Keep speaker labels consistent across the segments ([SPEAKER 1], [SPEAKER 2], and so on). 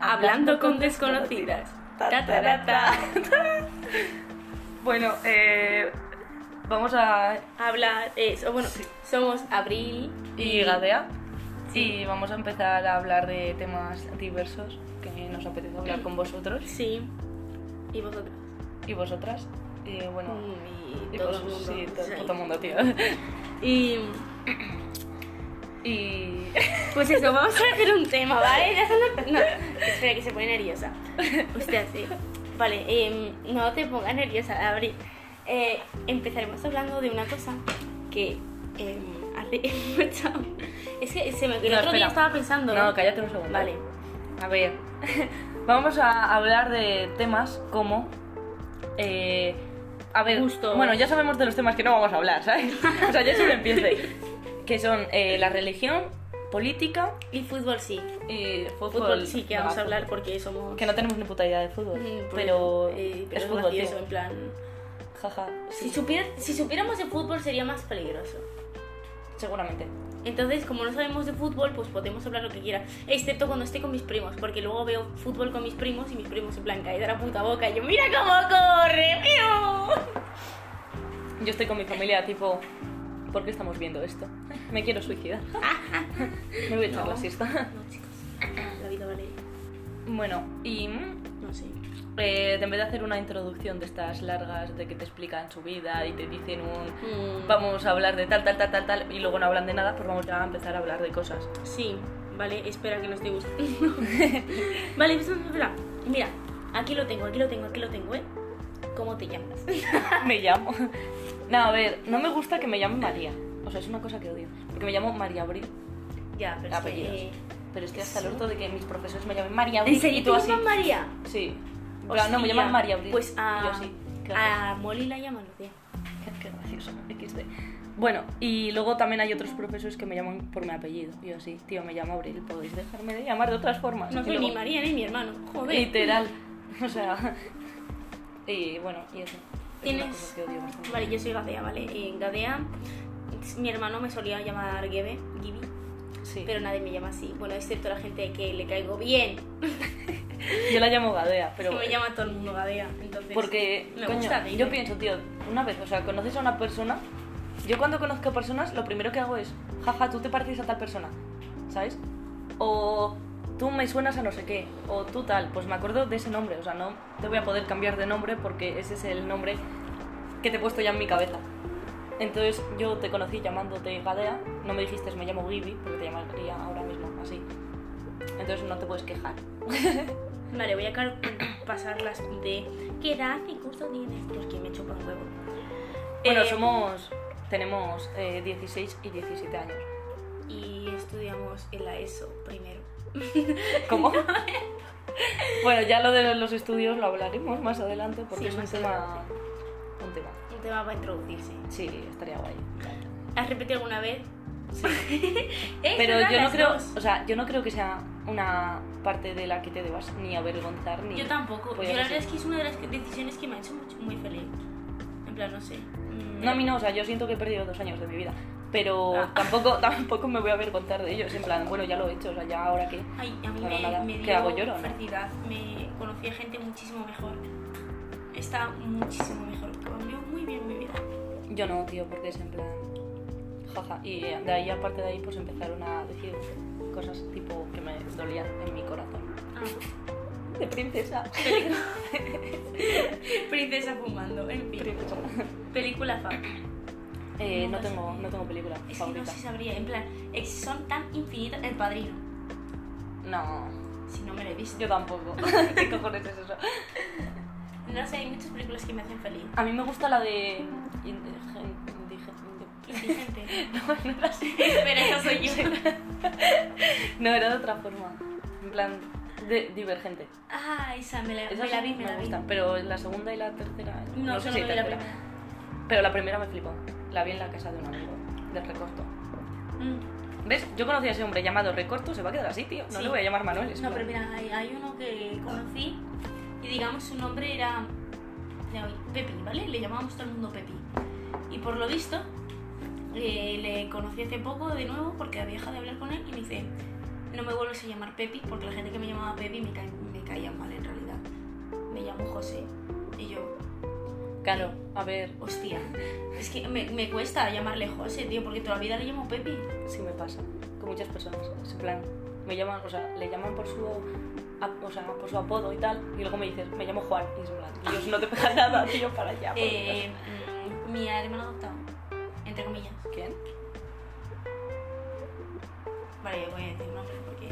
[SPEAKER 1] Hablando con desconocidas. Ta, ta, ta,
[SPEAKER 2] Bueno, eh, vamos a...
[SPEAKER 1] Hablar eso. Bueno, somos Abril
[SPEAKER 2] Y Gadea. Y vamos a empezar a hablar de temas diversos que nos apetece hablar con vosotros
[SPEAKER 1] Sí. Y vosotros.
[SPEAKER 2] y vosotras. Y bueno,
[SPEAKER 1] Y,
[SPEAKER 2] y
[SPEAKER 1] Mm, todo
[SPEAKER 2] vos-
[SPEAKER 1] el mundo.
[SPEAKER 2] sí, to-
[SPEAKER 1] Sí.
[SPEAKER 2] todo el mundo, tío.
[SPEAKER 1] Y
[SPEAKER 2] Y
[SPEAKER 1] pues eso, vamos a hacer un tema, ¿vale? Ya se- no, espera que se pone nerviosa. Usted sí. Vale, em, no te pongas nerviosa, Abril. Eh, empezaremos hablando de una cosa que em, hace mucho. Es que se me, el
[SPEAKER 2] No,
[SPEAKER 1] otro
[SPEAKER 2] espera.
[SPEAKER 1] día estaba pensando. ¿eh?
[SPEAKER 2] No, cállate un segundo.
[SPEAKER 1] Vale.
[SPEAKER 2] A ver, vamos a hablar de temas como... eh, a ver,
[SPEAKER 1] Gustos.
[SPEAKER 2] bueno, ya sabemos de los temas que no vamos a hablar, ¿sabes? O sea, ya se me empiece. Que son eh, la religión, política
[SPEAKER 1] Y fútbol sí.
[SPEAKER 2] y fútbol.
[SPEAKER 1] Fútbol sí que
[SPEAKER 2] No,
[SPEAKER 1] vamos a
[SPEAKER 2] fútbol.
[SPEAKER 1] hablar porque somos.
[SPEAKER 2] Que no tenemos ni puta idea de fútbol,
[SPEAKER 1] Mm, por
[SPEAKER 2] pero,
[SPEAKER 1] eso, eh, pero
[SPEAKER 2] es fútbol, tío.
[SPEAKER 1] gracioso, en plan.
[SPEAKER 2] Jaja,
[SPEAKER 1] Si, supiera- si supiéramos de fútbol sería más peligroso.
[SPEAKER 2] seguramente.
[SPEAKER 1] Entonces, como no sabemos de fútbol, pues podemos hablar lo que quiera. Excepto cuando esté con mis primos, porque luego veo fútbol con mis primos y mis primos en plan caída la puta boca. Y yo, ¡mira cómo corre! ¡miau!".
[SPEAKER 2] Yo estoy con mi familia, tipo, ¿por qué estamos viendo esto? Me quiero suicidar. Me voy a echar
[SPEAKER 1] No.
[SPEAKER 2] la siesta.
[SPEAKER 1] No, chicos. La vida vale.
[SPEAKER 2] Bueno, y mm,
[SPEAKER 1] No sé.
[SPEAKER 2] eh, en vez de hacer una introducción de estas largas de que te explican su vida y te dicen un
[SPEAKER 1] Mm,
[SPEAKER 2] vamos a hablar de tal, tal, tal, tal, tal, y luego no hablan de nada, pues vamos ya a empezar a hablar de cosas.
[SPEAKER 1] Sí, vale, espera que no esté gustando. vale, pues, espera. Mira, aquí lo tengo, aquí lo tengo, aquí lo tengo, ¿eh? ¿Cómo te llamas?
[SPEAKER 2] me llamo. No, a ver, no me gusta que me llamen María. O sea, es una cosa que odio. Porque me llamo María Abril,
[SPEAKER 1] ya, pero es que,
[SPEAKER 2] apellidos.
[SPEAKER 1] eh,
[SPEAKER 2] Pero estoy hasta el
[SPEAKER 1] ¿sí?
[SPEAKER 2] orto de que mis profesores me llamen María Abril.
[SPEAKER 1] ¿En serio
[SPEAKER 2] y tú
[SPEAKER 1] te
[SPEAKER 2] así.
[SPEAKER 1] llaman María?
[SPEAKER 2] Sí. En plan, no, me llaman
[SPEAKER 1] Hostia.
[SPEAKER 2] María Abril.
[SPEAKER 1] Pues ah. a,
[SPEAKER 2] Y yo sí. ¿Qué haces?
[SPEAKER 1] a Molly la llaman Lucía.
[SPEAKER 2] Qué- Qué gracioso, XD. Bueno, y luego también hay otros profesores que me llaman por mi apellido. Yo sí, tío, me llamo Abril, podéis dejarme de llamar de otras formas.
[SPEAKER 1] No
[SPEAKER 2] Y
[SPEAKER 1] soy ni ¿eh?
[SPEAKER 2] luego-
[SPEAKER 1] María ni mi hermano. Joder.
[SPEAKER 2] Literal. O sea. Y bueno, y eso. Es una
[SPEAKER 1] Tienes-
[SPEAKER 2] cosa que odio bastante.
[SPEAKER 1] Vale, yo soy Gadea, ¿vale? En Gadea, mi hermano me solía llamar Gebe, Gibi,
[SPEAKER 2] Sí.
[SPEAKER 1] pero nadie me llama así. Bueno, excepto la gente que le caigo bien.
[SPEAKER 2] Yo la llamo Gadea,
[SPEAKER 1] Pero
[SPEAKER 2] pero. eh,
[SPEAKER 1] me llama todo el mundo Gadea, entonces...
[SPEAKER 2] Porque,
[SPEAKER 1] me
[SPEAKER 2] coño,
[SPEAKER 1] gusta Gabe.
[SPEAKER 2] yo pienso, tío, una vez, o sea, conoces a una persona. Yo cuando conozco a personas, lo primero que hago es, jaja, tú te pareces a tal persona, ¿sabes? O tú me suenas a no sé qué, o tú tal, pues me acuerdo de ese nombre, o sea, no te voy a poder cambiar de nombre porque ese es el nombre que te he puesto ya en mi cabeza. Entonces yo te conocí llamándote Gadea, no me dijiste me llamo Gibi, porque te llamaría ahora mismo así. Entonces no te puedes quejar.
[SPEAKER 1] Vale, voy a car- pasar las de... ¿Qué edad y curso tienes? Porque me chupa un huevo.
[SPEAKER 2] Bueno,
[SPEAKER 1] Eh,
[SPEAKER 2] somos. Tenemos eh, 16 y 17 años.
[SPEAKER 1] Y estudiamos en la ESO primero.
[SPEAKER 2] ¿Cómo? bueno, ya lo de los estudios lo hablaremos más adelante porque
[SPEAKER 1] Sí,
[SPEAKER 2] es un
[SPEAKER 1] más
[SPEAKER 2] tema.
[SPEAKER 1] adelante.
[SPEAKER 2] Un tema.
[SPEAKER 1] Un tema para introducirse.
[SPEAKER 2] Sí, estaría guay.
[SPEAKER 1] ¿Has repetido alguna vez?
[SPEAKER 2] Sí.
[SPEAKER 1] Eh,
[SPEAKER 2] Pero
[SPEAKER 1] ¿verdad?
[SPEAKER 2] yo no
[SPEAKER 1] Las
[SPEAKER 2] creo.
[SPEAKER 1] dos.
[SPEAKER 2] O sea, yo no creo que sea una parte de la que te debas ni avergonzar ni.
[SPEAKER 1] Yo tampoco.
[SPEAKER 2] Pues
[SPEAKER 1] yo la
[SPEAKER 2] sí.
[SPEAKER 1] verdad es que es una de las decisiones que me ha hecho mucho- muy feliz. En plan, no sé. Mm,
[SPEAKER 2] No, a mí no, o sea, yo siento que he perdido dos años de mi vida. Pero
[SPEAKER 1] Ah.
[SPEAKER 2] tampoco, tampoco me voy a avergonzar de ellos. En plan, bueno, ya lo he hecho, o sea, ya ahora qué.
[SPEAKER 1] Mm, Ay, a mí
[SPEAKER 2] Claro,
[SPEAKER 1] me,
[SPEAKER 2] nada.
[SPEAKER 1] me
[SPEAKER 2] ¿Qué
[SPEAKER 1] dio
[SPEAKER 2] hago, lloro, no?
[SPEAKER 1] felicidad. Me conocí a gente muchísimo mejor. Está muchísimo mejor. Cambió muy bien mi vida.
[SPEAKER 2] Yo no, tío, porque es en plan. Jaja. Y de ahí, aparte de ahí, pues empezaron a decir cosas tipo que me dolían en mi corazón. Ah. De princesa.
[SPEAKER 1] Princesa fumando, en fin.
[SPEAKER 2] Princesa.
[SPEAKER 1] Película fan.
[SPEAKER 2] Eh,
[SPEAKER 1] No
[SPEAKER 2] no,
[SPEAKER 1] lo
[SPEAKER 2] tengo,
[SPEAKER 1] sé.
[SPEAKER 2] no tengo película
[SPEAKER 1] Es que no
[SPEAKER 2] favorita.
[SPEAKER 1] se sabría. En plan, es- son tan infinitas. El padrino.
[SPEAKER 2] No,
[SPEAKER 1] Si no me lo he visto.
[SPEAKER 2] yo tampoco. ¿Qué cojones es eso?
[SPEAKER 1] No sé, hay muchas películas que me hacen feliz.
[SPEAKER 2] A mí me gusta la de. indigen- indigen-
[SPEAKER 1] Inteligente.
[SPEAKER 2] No, no era así.
[SPEAKER 1] Pero eso soy yo.
[SPEAKER 2] No, era de otra forma. En plan, de, divergente.
[SPEAKER 1] Ah, esa me la, me
[SPEAKER 2] Esas
[SPEAKER 1] la vi, me, la vi.
[SPEAKER 2] gustan, pero la segunda y la tercera.
[SPEAKER 1] No,
[SPEAKER 2] sé
[SPEAKER 1] solo
[SPEAKER 2] si
[SPEAKER 1] me vi la
[SPEAKER 2] tercera.
[SPEAKER 1] primera.
[SPEAKER 2] Pero la primera me flipó. La vi en la casa de un amigo, del recorto.
[SPEAKER 1] Mm,
[SPEAKER 2] ¿Ves? Yo conocí a ese hombre llamado recorto, se va a quedar así, tío. No
[SPEAKER 1] Sí.
[SPEAKER 2] le voy a llamar Manuel. es
[SPEAKER 1] No,
[SPEAKER 2] que-
[SPEAKER 1] pero mira, hay, hay uno que conocí y digamos su nombre era de hoy, Pepi, ¿vale? Le llamábamos todo el mundo Pepi. Y por lo visto, eh, le conocí hace poco de nuevo porque había dejado de hablar con él y me dice, No me vuelves a llamar Pepi porque la gente que me llamaba Pepi me, cae- me caía mal en realidad. Me llamo José y yo,
[SPEAKER 2] Claro, a ver
[SPEAKER 1] hostia, es que me, me cuesta llamarle José, tío, porque toda la vida le llamo Pepi.
[SPEAKER 2] si me pasa con muchas personas. En plan, me llaman, o sea, le llaman por su, ap- o sea, por su apodo y tal, y luego me dices, me llamo Juan, y es en plan, Dios, no te pega nada, tío, para allá. por
[SPEAKER 1] Eh, mm, mi hermano adoptado, entre comillas.
[SPEAKER 2] Dios. ¿Quién?
[SPEAKER 1] Vale, voy a decir nombre porque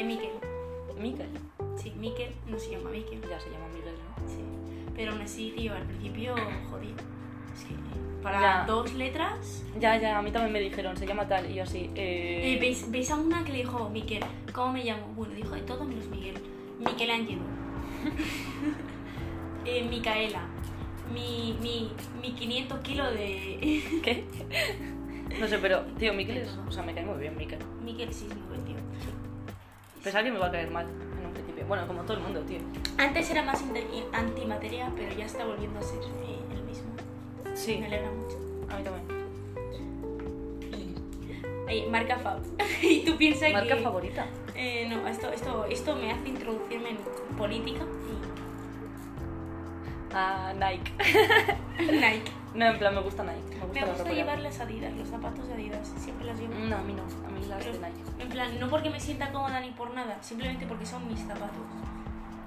[SPEAKER 1] es Miquel.
[SPEAKER 2] Miguel.
[SPEAKER 1] Sí, Miquel no se llama Miquel.
[SPEAKER 2] Ya se llama Miguel, ¿no?
[SPEAKER 1] Sí. Pero aún así, tío, al principio, jodido. Es que para
[SPEAKER 2] Ya.
[SPEAKER 1] dos letras.
[SPEAKER 2] Ya, ya, a mí también me dijeron, se llama tal, y yo así,
[SPEAKER 1] Eh,
[SPEAKER 2] eh...
[SPEAKER 1] ¿ves, ves a una que le dijo, Miquel, ¿cómo me llamo? Bueno, dijo de todo menos Miguel. Miquel Ángel. eh, Micaela. Mi, mi, mi 500 kilos de.
[SPEAKER 2] ¿Qué? No sé, pero, tío, Miguel es... O sea, me cae muy bien Miguel.
[SPEAKER 1] Miguel sí es muy buen tío.
[SPEAKER 2] Pensaba que me va a caer mal en un principio. Bueno, como todo el mundo, tío.
[SPEAKER 1] Antes era más inter- antimateria, pero ya está volviendo a ser eh, el mismo.
[SPEAKER 2] Sí,
[SPEAKER 1] Me alegra mucho.
[SPEAKER 2] a mí también.
[SPEAKER 1] Eh, marca Fab. y tú piensas que.
[SPEAKER 2] ¿Marca favorita?
[SPEAKER 1] Eh, no, esto, esto, esto me hace introducirme en política
[SPEAKER 2] Ah, Nike.
[SPEAKER 1] y Nike.
[SPEAKER 2] No, en plan, me gusta Nike. Me gusta,
[SPEAKER 1] Me
[SPEAKER 2] la
[SPEAKER 1] gusta
[SPEAKER 2] ropa de-
[SPEAKER 1] llevar las Adidas, los zapatos de Adidas, siempre las llevo.
[SPEAKER 2] No, a mí no. A mí las de Nike.
[SPEAKER 1] En plan, no porque me sienta cómoda ni por nada, simplemente porque son mis zapatos.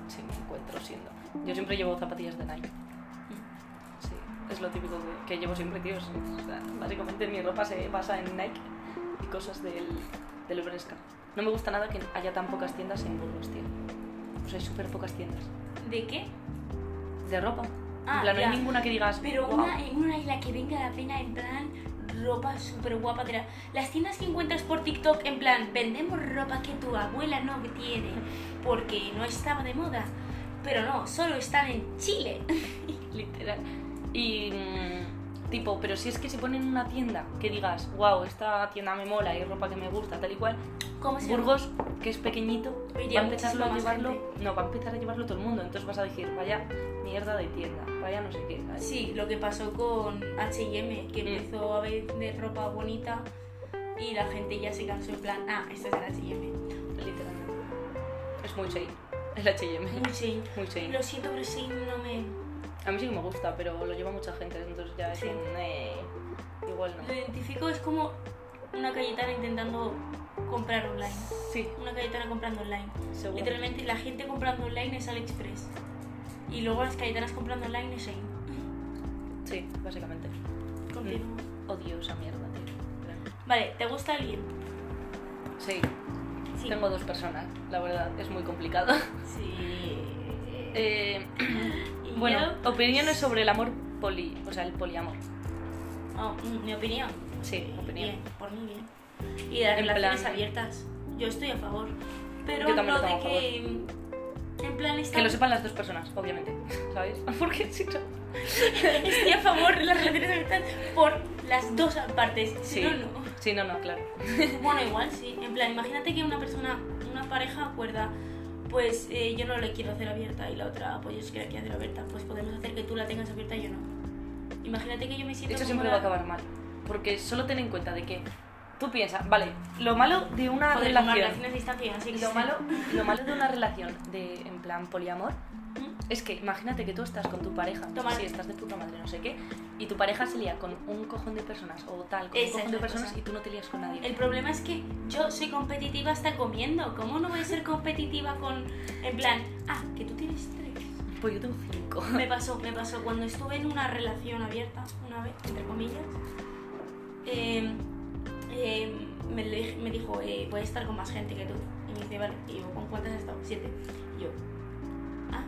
[SPEAKER 2] Sí, me encuentro siendo. Yo siempre llevo zapatillas de Nike. Sí, es lo típico que, que llevo siempre, tío. Es- o sea, básicamente mi ropa se basa en Nike y cosas del, del Bershka. No me gusta nada que haya tan pocas tiendas en Burgos, tío. O sea, hay súper pocas tiendas.
[SPEAKER 1] ¿De qué?
[SPEAKER 2] De ropa.
[SPEAKER 1] Ah,
[SPEAKER 2] en plan, no
[SPEAKER 1] ya.
[SPEAKER 2] hay ninguna que digas.
[SPEAKER 1] Pero
[SPEAKER 2] "Guau".
[SPEAKER 1] una, en una isla que venga la pena, en plan, ropa súper guapa. de la- Las tiendas que encuentras por TikTok, en plan, vendemos ropa que tu abuela no tiene porque no estaba de moda. Pero no, solo están en Chile.
[SPEAKER 2] Literal. Y mm, tipo, pero si es que se ponen una tienda que digas, wow, esta tienda me mola, hay ropa que me gusta, tal y cual.
[SPEAKER 1] ¿Cómo se llama?
[SPEAKER 2] Burgos, que es pequeñito,
[SPEAKER 1] Iría
[SPEAKER 2] va a empezarlo a
[SPEAKER 1] muchísima más
[SPEAKER 2] llevarlo. No, va a empezar a llevarlo todo el mundo. Entonces vas a decir, vaya mierda de tienda, vaya no sé qué. ¿sabes?
[SPEAKER 1] Sí, lo que pasó con H&M, que
[SPEAKER 2] Mm.
[SPEAKER 1] empezó a vender ropa bonita y la gente ya se cansó en plan, ah, esto es el H&M.
[SPEAKER 2] Literalmente. Es muy shade. El HM.
[SPEAKER 1] Muy Shein.
[SPEAKER 2] Muy shade.
[SPEAKER 1] Lo siento, pero Shein no me...
[SPEAKER 2] A mí sí que me gusta, pero lo lleva mucha gente, entonces ya es
[SPEAKER 1] Sí.
[SPEAKER 2] un, eh, igual
[SPEAKER 1] Lo
[SPEAKER 2] no.
[SPEAKER 1] identifico, es como una Cayetana intentando comprar online.
[SPEAKER 2] Sí,
[SPEAKER 1] Una Cayetana comprando online.
[SPEAKER 2] seguro.
[SPEAKER 1] Literalmente, la gente comprando online es AliExpress. Y luego las Cayetanas comprando online es Shein.
[SPEAKER 2] Sí, básicamente.
[SPEAKER 1] Continúo.
[SPEAKER 2] Odio esa mierda, tío.
[SPEAKER 1] Vale, ¿te gusta alguien?
[SPEAKER 2] Sí,
[SPEAKER 1] Sí.
[SPEAKER 2] Tengo dos personas, la verdad, es muy complicado.
[SPEAKER 1] Sí.
[SPEAKER 2] Eh,
[SPEAKER 1] ¿Y
[SPEAKER 2] bueno,
[SPEAKER 1] yo?
[SPEAKER 2] opiniones sobre el amor poli, o sea, el poliamor.
[SPEAKER 1] Oh, mm, mi opinión.
[SPEAKER 2] Sí, opinión.
[SPEAKER 1] Bien, por mí bien. Y de las
[SPEAKER 2] En
[SPEAKER 1] relaciones
[SPEAKER 2] plan-
[SPEAKER 1] abiertas. Yo estoy a favor. Pero
[SPEAKER 2] Yo también
[SPEAKER 1] lo
[SPEAKER 2] estoy
[SPEAKER 1] de
[SPEAKER 2] a
[SPEAKER 1] que. mm, En plan, está...
[SPEAKER 2] Que lo sepan las dos personas, obviamente, ¿sabes? Porque si no...
[SPEAKER 1] estoy a favor de las relaciones abiertas por las dos partes. Si
[SPEAKER 2] Sí,
[SPEAKER 1] no, no.
[SPEAKER 2] sí, no, no, claro.
[SPEAKER 1] Bueno, igual sí. En plan, imagínate que una persona, una pareja acuerda, pues eh, yo no le quiero hacer abierta y la otra, pues yo sí que la quiero hacer abierta. Pues podemos hacer que tú la tengas abierta y yo no. Imagínate que yo me siento.
[SPEAKER 2] Eso
[SPEAKER 1] como
[SPEAKER 2] siempre va
[SPEAKER 1] la-
[SPEAKER 2] a acabar mal. Porque solo ten en cuenta de que tú piensas, vale, lo malo de una
[SPEAKER 1] Joder, como
[SPEAKER 2] relación...
[SPEAKER 1] relaciones a distancia, así que
[SPEAKER 2] Lo malo, lo malo de una relación de, en plan, poliamor
[SPEAKER 1] ¿Mm?
[SPEAKER 2] Es que imagínate que tú estás con tu pareja,
[SPEAKER 1] Toma.
[SPEAKER 2] si estás de puta madre, no sé qué, y tu pareja se lía con un cojón de personas o tal, con
[SPEAKER 1] Esa
[SPEAKER 2] un
[SPEAKER 1] es
[SPEAKER 2] cojón de
[SPEAKER 1] la
[SPEAKER 2] personas
[SPEAKER 1] cosa.
[SPEAKER 2] y tú no te lías con nadie.
[SPEAKER 1] El problema es que yo soy competitiva hasta comiendo. ¿Cómo no voy a ser competitiva con, en plan, ah, que tú tienes tres?
[SPEAKER 2] Pues yo tengo cinco.
[SPEAKER 1] Me pasó, me pasó cuando estuve en una relación abierta, una vez, entre comillas. eh, eh, me, le dije- me dijo, eh, voy a estar con más gente que tú. Y me dice, vale, y digo, ¿con cuántas has estado? Siete. Y yo, ah.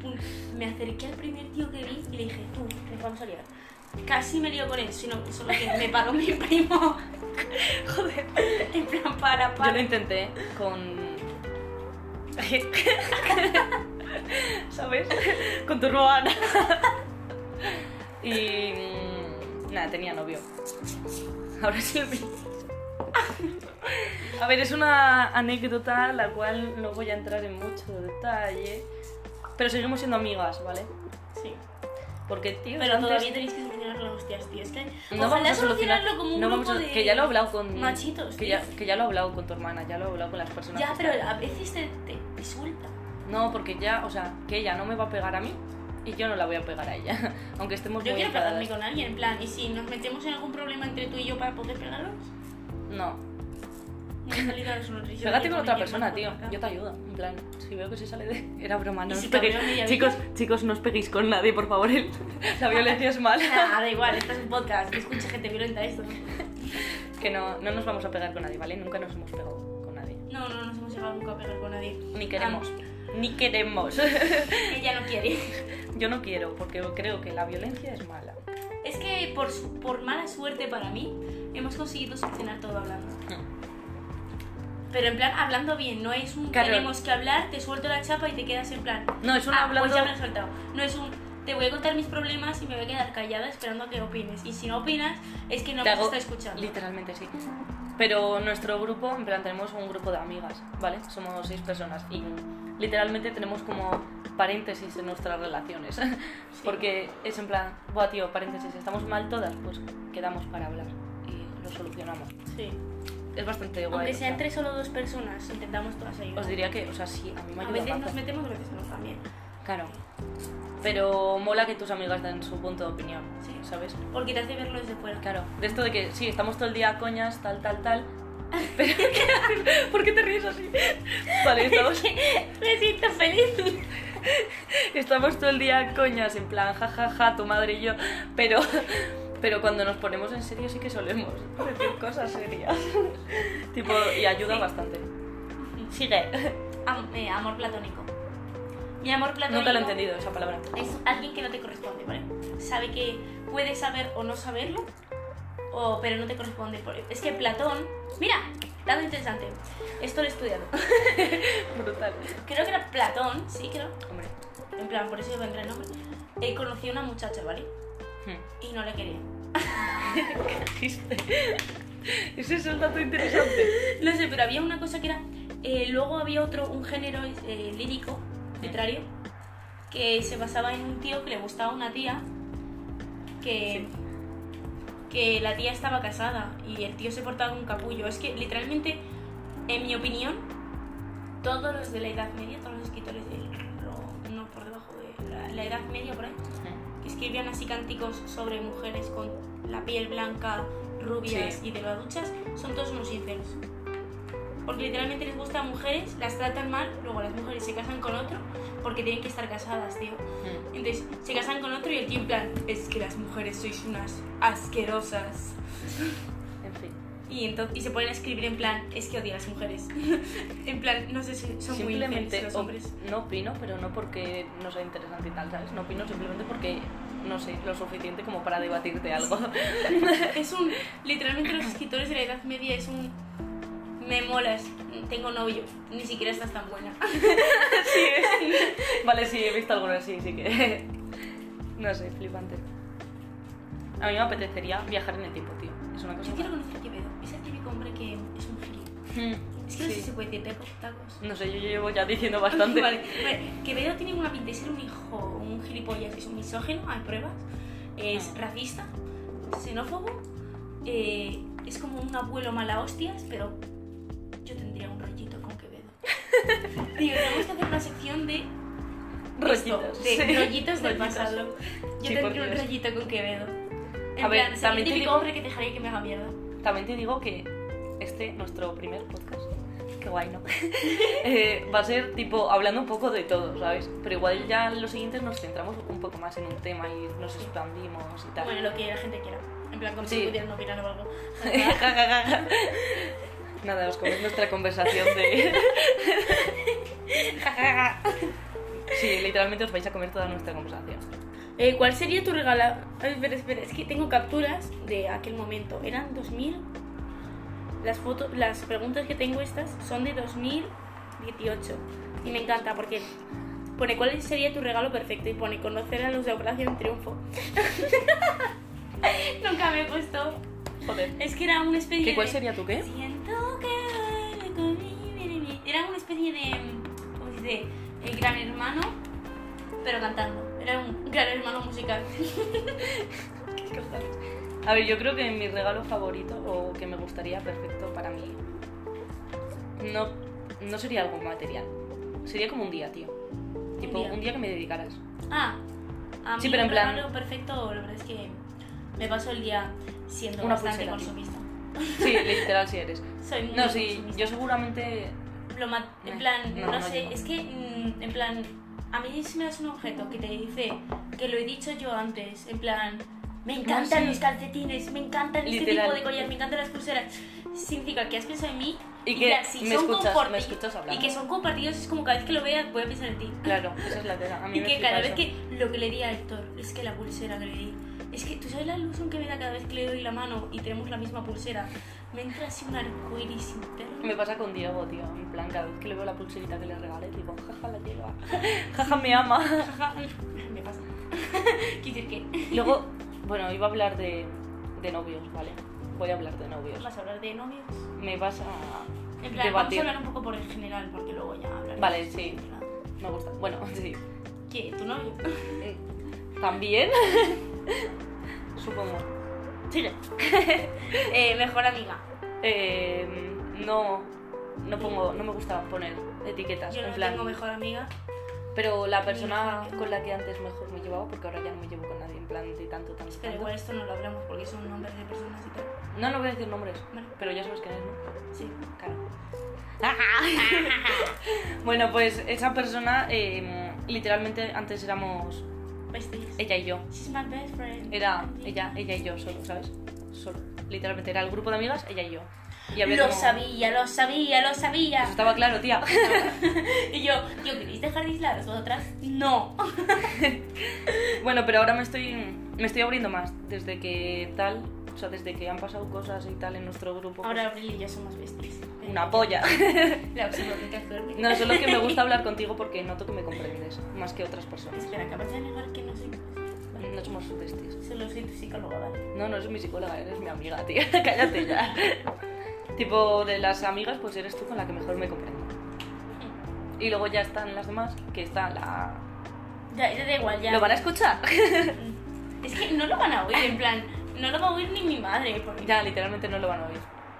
[SPEAKER 1] Pum, Me acerqué al primer tío que vi y le dije, tú, nos vamos a liar. Casi me lío con él, sino solo que me paró mi primo.
[SPEAKER 2] Joder.
[SPEAKER 1] En plan, para,
[SPEAKER 2] Yo
[SPEAKER 1] para.
[SPEAKER 2] lo intenté con. ¿Sabes? Con tu ruana. y. mm, Nada, tenía novio. Ahora sí lo pienso. A ver, es una anécdota la cual no voy a entrar en mucho detalle. Pero seguimos siendo amigas, ¿vale?
[SPEAKER 1] Sí.
[SPEAKER 2] Porque, tío,
[SPEAKER 1] Pero
[SPEAKER 2] antes-
[SPEAKER 1] todavía tenéis que solucionarlo a hostias, tío. Es que
[SPEAKER 2] No
[SPEAKER 1] ojalá
[SPEAKER 2] vamos a solucionar-
[SPEAKER 1] solucionarlo como un
[SPEAKER 2] no
[SPEAKER 1] grupo
[SPEAKER 2] vamos a-
[SPEAKER 1] de
[SPEAKER 2] Que ya lo he hablado con...
[SPEAKER 1] machitos,
[SPEAKER 2] Que
[SPEAKER 1] tío.
[SPEAKER 2] ya, que ya lo he hablado con tu hermana, ya lo he hablado con las personas.
[SPEAKER 1] Ya,
[SPEAKER 2] que
[SPEAKER 1] pero
[SPEAKER 2] están.
[SPEAKER 1] a veces te, te, te suelta.
[SPEAKER 2] No, porque ya, o sea, que ella no me va a pegar a mí y yo no la voy a pegar a ella. Aunque estemos
[SPEAKER 1] Yo
[SPEAKER 2] muy
[SPEAKER 1] quiero
[SPEAKER 2] enfadadas.
[SPEAKER 1] pegarme con alguien, en plan, ¿y si nos metemos en algún problema entre tú y yo para poder pegarnos?
[SPEAKER 2] No.
[SPEAKER 1] No he salido a la sonrisa.
[SPEAKER 2] Pégate con
[SPEAKER 1] Me
[SPEAKER 2] otra
[SPEAKER 1] llaman
[SPEAKER 2] persona,
[SPEAKER 1] por
[SPEAKER 2] tío.
[SPEAKER 1] acá.
[SPEAKER 2] Yo te ayudo. En plan, si veo que se sale de... Era broma, no
[SPEAKER 1] ¿Y
[SPEAKER 2] os
[SPEAKER 1] si te
[SPEAKER 2] peguéis.
[SPEAKER 1] veo media
[SPEAKER 2] Chicos, chicos, no os peguéis con nadie, por favor. el- La violencia es mala.
[SPEAKER 1] Nah, Ah, da igual, esto es un podcast. Que escuche gente violenta esto.
[SPEAKER 2] que no, no nos vamos a pegar con nadie, ¿vale? Nunca nos hemos pegado con nadie.
[SPEAKER 1] No, no nos hemos llegado nunca a pegar con nadie.
[SPEAKER 2] Ni queremos. Ni queremos.
[SPEAKER 1] Ella no quiere.
[SPEAKER 2] yo no quiero, porque creo que la violencia es mala.
[SPEAKER 1] Es que por, su- por mala suerte para mí, hemos conseguido solucionar todo hablando. Pero en plan, hablando bien, no es un
[SPEAKER 2] Claro.
[SPEAKER 1] tenemos que hablar, te suelto la chapa y te quedas en plan.
[SPEAKER 2] No, es un
[SPEAKER 1] "Ah,
[SPEAKER 2] hablando...
[SPEAKER 1] Pues ya me lo he soltado. No es un te voy a contar mis problemas y me voy a quedar callada esperando a que opines. Y si no opinas, es que no
[SPEAKER 2] Te
[SPEAKER 1] me
[SPEAKER 2] hago-
[SPEAKER 1] está escuchando.
[SPEAKER 2] Literalmente sí. Pero nuestro grupo, en plan, tenemos un grupo de amigas, ¿vale? Somos seis personas y literalmente tenemos como paréntesis en nuestras relaciones. Porque es en plan, buah, tío, paréntesis, estamos mal todas, pues quedamos para hablar y lo solucionamos.
[SPEAKER 1] Sí.
[SPEAKER 2] Es bastante guay.
[SPEAKER 1] Aunque
[SPEAKER 2] o
[SPEAKER 1] sea
[SPEAKER 2] sea,
[SPEAKER 1] entre solo dos personas, intentamos todas ayudar.
[SPEAKER 2] Os diría que, o sea, sí, a mí me
[SPEAKER 1] a
[SPEAKER 2] ayuda
[SPEAKER 1] veces nos
[SPEAKER 2] bastante.
[SPEAKER 1] metemos, a veces no también.
[SPEAKER 2] Claro. Pero mola que tus amigas den su punto de opinión,
[SPEAKER 1] Sí.
[SPEAKER 2] ¿sabes?
[SPEAKER 1] Porque te hace verlo desde fuera.
[SPEAKER 2] Claro, de esto de que sí, estamos todo el día a coñas, tal, tal, tal. Pero, ¿Por qué te ríes así? Vale, estamos,
[SPEAKER 1] Me siento feliz.
[SPEAKER 2] estamos todo el día a coñas, en plan, jajaja, tu madre y yo. Pero, pero cuando nos ponemos en serio, sí que solemos decir cosas serias. tipo, y ayuda
[SPEAKER 1] Sí.
[SPEAKER 2] bastante. Sigue.
[SPEAKER 1] Am- eh, amor platónico. Mi amor platónico.
[SPEAKER 2] Nunca lo he entendido esa palabra.
[SPEAKER 1] Es alguien que no te corresponde, ¿vale? Sabe que puedes saber o no saberlo, o, pero no te corresponde. por- Es que Platón. Mira, dato interesante. Esto lo he estudiado.
[SPEAKER 2] Brutal.
[SPEAKER 1] Creo que era Platón, sí, creo.
[SPEAKER 2] Hombre.
[SPEAKER 1] En plan, por eso vendrá el nombre. Eh, conoció a una muchacha, ¿vale?
[SPEAKER 2] hmm,
[SPEAKER 1] Y no le quería.
[SPEAKER 2] dijiste. Ese es el dato interesante.
[SPEAKER 1] No sé, pero había una cosa que era. eh, luego había otro, un género eh, lírico, literario, que se basaba en un tío que le gustaba a una tía, que, que la tía estaba casada y el tío se portaba como un capullo. Es que literalmente, en mi opinión, todos los de la Edad Media, todos los escritores de lo- no por debajo de la, la Edad Media por ahí,
[SPEAKER 2] Hmm.
[SPEAKER 1] que escribían así cánticos sobre mujeres con la piel blanca, rubias
[SPEAKER 2] Sí.
[SPEAKER 1] y delgaduchas, son todos unos sinceros. Porque literalmente les gustan mujeres, las tratan mal, luego las mujeres se casan con otro porque tienen que estar casadas, tío.
[SPEAKER 2] hmm.
[SPEAKER 1] Entonces se casan con otro y el tío en plan, es que las mujeres sois unas asquerosas.
[SPEAKER 2] En fin.
[SPEAKER 1] Y, entonces, y se ponen a escribir en plan, es que odio a las mujeres. en plan, no sé si son muy infieles
[SPEAKER 2] simplemente
[SPEAKER 1] los
[SPEAKER 2] op-
[SPEAKER 1] hombres.
[SPEAKER 2] no opino, pero no porque no sea interesante y tal, ¿sabes? No opino simplemente porque no sé lo suficiente como para debatir de algo.
[SPEAKER 1] Es un. Literalmente, los escritores de la Edad Media es un. Me molas, tengo novio, ni siquiera estás tan buena. Ah,
[SPEAKER 2] vale, sí, he visto algunos, sí, sí que. no sé, flipante. A mí me apetecería viajar en el tiempo, tío. Es una cosa.
[SPEAKER 1] Yo quiero conocer Quevedo, es el típico hombre que es un gilio.
[SPEAKER 2] Hmm,
[SPEAKER 1] Es que no sé
[SPEAKER 2] sí.
[SPEAKER 1] si se puede decir taco- tacos.
[SPEAKER 2] No sé, yo llevo ya diciendo bastante.
[SPEAKER 1] Vale, vale. Quevedo tiene una pinta de ser un hijo, un gilipollas, es un misógino, hay pruebas. Es
[SPEAKER 2] No.
[SPEAKER 1] racista, xenófobo, eh, es como un abuelo mala hostias, pero yo tendría un rollito con Quevedo. Tío, tenemos que hacer una sección de esto,
[SPEAKER 2] Rollitos,
[SPEAKER 1] de
[SPEAKER 2] sí.
[SPEAKER 1] rollitos del
[SPEAKER 2] Rollitos.
[SPEAKER 1] pasado. Yo
[SPEAKER 2] Sí, por
[SPEAKER 1] tendría un
[SPEAKER 2] Dios.
[SPEAKER 1] rollito con Quevedo. En
[SPEAKER 2] A ver,
[SPEAKER 1] plan, sería el
[SPEAKER 2] también te
[SPEAKER 1] típico
[SPEAKER 2] digo-
[SPEAKER 1] hombre que te dejaría que me haga mierda.
[SPEAKER 2] También te digo que este, nuestro primer podcast, qué guay, ¿no? Eh, va a ser tipo hablando un poco de todo, ¿sabes? Pero igual ya en los siguientes nos centramos un poco más en un tema y nos expandimos y tal.
[SPEAKER 1] Bueno, lo que la gente quiera. En plan, como
[SPEAKER 2] Sí.
[SPEAKER 1] si pudieran opinar o algo.
[SPEAKER 2] Ja, ja, ja, ja. Nada, os comento nuestra conversación de... Ja, ja, ja. sí, literalmente os vais a comer toda nuestra conversación.
[SPEAKER 1] Eh, ¿Cuál sería tu regalo? Ay, espera, espera, es que tengo capturas de aquel momento. Eran 2000. Las fotos, las preguntas que tengo estas son de 2018 y me encanta porque pone cuál sería tu regalo perfecto y pone conocer a los de Operación Triunfo. Nunca me he puesto.
[SPEAKER 2] Joder.
[SPEAKER 1] Es que era una especie
[SPEAKER 2] ¿Qué,
[SPEAKER 1] de
[SPEAKER 2] ¿Cuál sería tu qué?
[SPEAKER 1] Siento que algo viene bien. Era una especie de. mm, ¿Cómo se dice? El gran hermano, Eh, pero cantando. Era un gran hermano musical.
[SPEAKER 2] A ver, yo creo que mi regalo favorito o que me gustaría perfecto para mí no, no sería algo material. Sería como un día, tío. Tipo,
[SPEAKER 1] día.
[SPEAKER 2] un día que me dedicaras.
[SPEAKER 1] Ah, a mí
[SPEAKER 2] Sí, pero en
[SPEAKER 1] un
[SPEAKER 2] plan-
[SPEAKER 1] regalo perfecto, la verdad es que me paso el día siendo
[SPEAKER 2] Una
[SPEAKER 1] bastante
[SPEAKER 2] pulsera, tío.
[SPEAKER 1] consumista.
[SPEAKER 2] Sí, literal si eres.
[SPEAKER 1] Soy muy
[SPEAKER 2] No, sí,
[SPEAKER 1] consumista.
[SPEAKER 2] yo seguramente...
[SPEAKER 1] Lo ma- en
[SPEAKER 2] Nah,
[SPEAKER 1] plan,
[SPEAKER 2] no,
[SPEAKER 1] no,
[SPEAKER 2] no
[SPEAKER 1] sé,
[SPEAKER 2] llego.
[SPEAKER 1] es que mm, en plan, a mí si me das un objeto que te dice que lo he dicho yo antes, en plan, me encantan
[SPEAKER 2] sí.
[SPEAKER 1] los calcetines, me encantan este
[SPEAKER 2] Literal.
[SPEAKER 1] tipo de collar, me encantan las pulseras, significa que has pensado en mí
[SPEAKER 2] Y que
[SPEAKER 1] ya, si
[SPEAKER 2] me
[SPEAKER 1] son
[SPEAKER 2] escuchas,
[SPEAKER 1] comparti-
[SPEAKER 2] me escuchas hablar.
[SPEAKER 1] Y que son compartidos, es como cada vez que lo veas voy a pensar en ti.
[SPEAKER 2] Claro, esa es la idea. A mí
[SPEAKER 1] Y
[SPEAKER 2] me
[SPEAKER 1] que
[SPEAKER 2] flipa
[SPEAKER 1] cada vez
[SPEAKER 2] eso.
[SPEAKER 1] que lo que le di a Héctor, es que la pulsera que le di, es que tú sabes la ilusión que me da cada vez que le doy la mano y tenemos la misma pulsera, me entra así un arcoiris interno.
[SPEAKER 2] Me pasa con Diego, tío. En plan, cada vez que le veo la pulserita que le regalé, digo, jaja, la lleva. Jaja, me ama.
[SPEAKER 1] me pasa. Quiero decir que
[SPEAKER 2] Luego, bueno, iba a hablar de, de novios, ¿vale? Voy a hablar de novios.
[SPEAKER 1] vas a hablar de novios.
[SPEAKER 2] Me vas a
[SPEAKER 1] En plan, vamos a
[SPEAKER 2] debatir.
[SPEAKER 1] hablar un poco por el general, porque luego ya hablaremos.
[SPEAKER 2] Vale, sí. Me gusta. Bueno, sí.
[SPEAKER 1] ¿Qué? ¿Tu novio? Eh.
[SPEAKER 2] ¿También? Supongo.
[SPEAKER 1] Sí. eh, mejor amiga.
[SPEAKER 2] Eh, no, no pongo, no me gusta poner etiquetas.
[SPEAKER 1] Yo
[SPEAKER 2] en
[SPEAKER 1] no
[SPEAKER 2] plan,
[SPEAKER 1] tengo mejor amiga.
[SPEAKER 2] pero la persona
[SPEAKER 1] mejor.
[SPEAKER 2] con la que antes mejor me llevaba, porque ahora ya no me llevo con nadie en plan de tanto, tanto,
[SPEAKER 1] Pero
[SPEAKER 2] tanto.
[SPEAKER 1] igual esto no lo hablamos porque son nombres de personas y tal.
[SPEAKER 2] No, no voy a decir nombres,
[SPEAKER 1] Vale.
[SPEAKER 2] pero ya sabes quién es, ¿no?
[SPEAKER 1] Sí.
[SPEAKER 2] Claro. bueno, pues esa persona, eh, literalmente antes éramos
[SPEAKER 1] Besties.
[SPEAKER 2] ella y yo.
[SPEAKER 1] She's my best friend.
[SPEAKER 2] Era ella, ella y yo solo, ¿sabes? Solo. Literalmente era el grupo de amigas, ella y yo. Y había
[SPEAKER 1] Lo
[SPEAKER 2] como-
[SPEAKER 1] sabía, lo sabía, lo sabía.
[SPEAKER 2] Eso estaba claro, tía.
[SPEAKER 1] Y yo, ¿yo queréis dejar de aislar a vosotras? No.
[SPEAKER 2] Bueno, pero ahora me estoy, me estoy abriendo más. Desde que tal, o sea, desde que han pasado cosas y tal en nuestro grupo. pues,
[SPEAKER 1] Ahora Abril y yo somos besties. Eh,
[SPEAKER 2] Una polla.
[SPEAKER 1] La absoluta suerte.
[SPEAKER 2] No, solo que me gusta hablar contigo porque noto que me comprendes más que otras personas.
[SPEAKER 1] Espera, acabas de negar que no soy. Vale.
[SPEAKER 2] No somos besties.
[SPEAKER 1] Solo soy tu psicóloga, ¿vale?
[SPEAKER 2] No, no eres mi psicóloga, eres mi amiga, tía. Cállate ya. tipo, de las amigas, pues eres tú con la que mejor me comprendo. Y luego ya están las demás, que está la...
[SPEAKER 1] Ya, ya da igual, ya.
[SPEAKER 2] ¿Lo van a escuchar?
[SPEAKER 1] Es que no lo van a oír, en plan, no lo va a oír ni mi madre, porque
[SPEAKER 2] ya, literalmente no lo van a oír.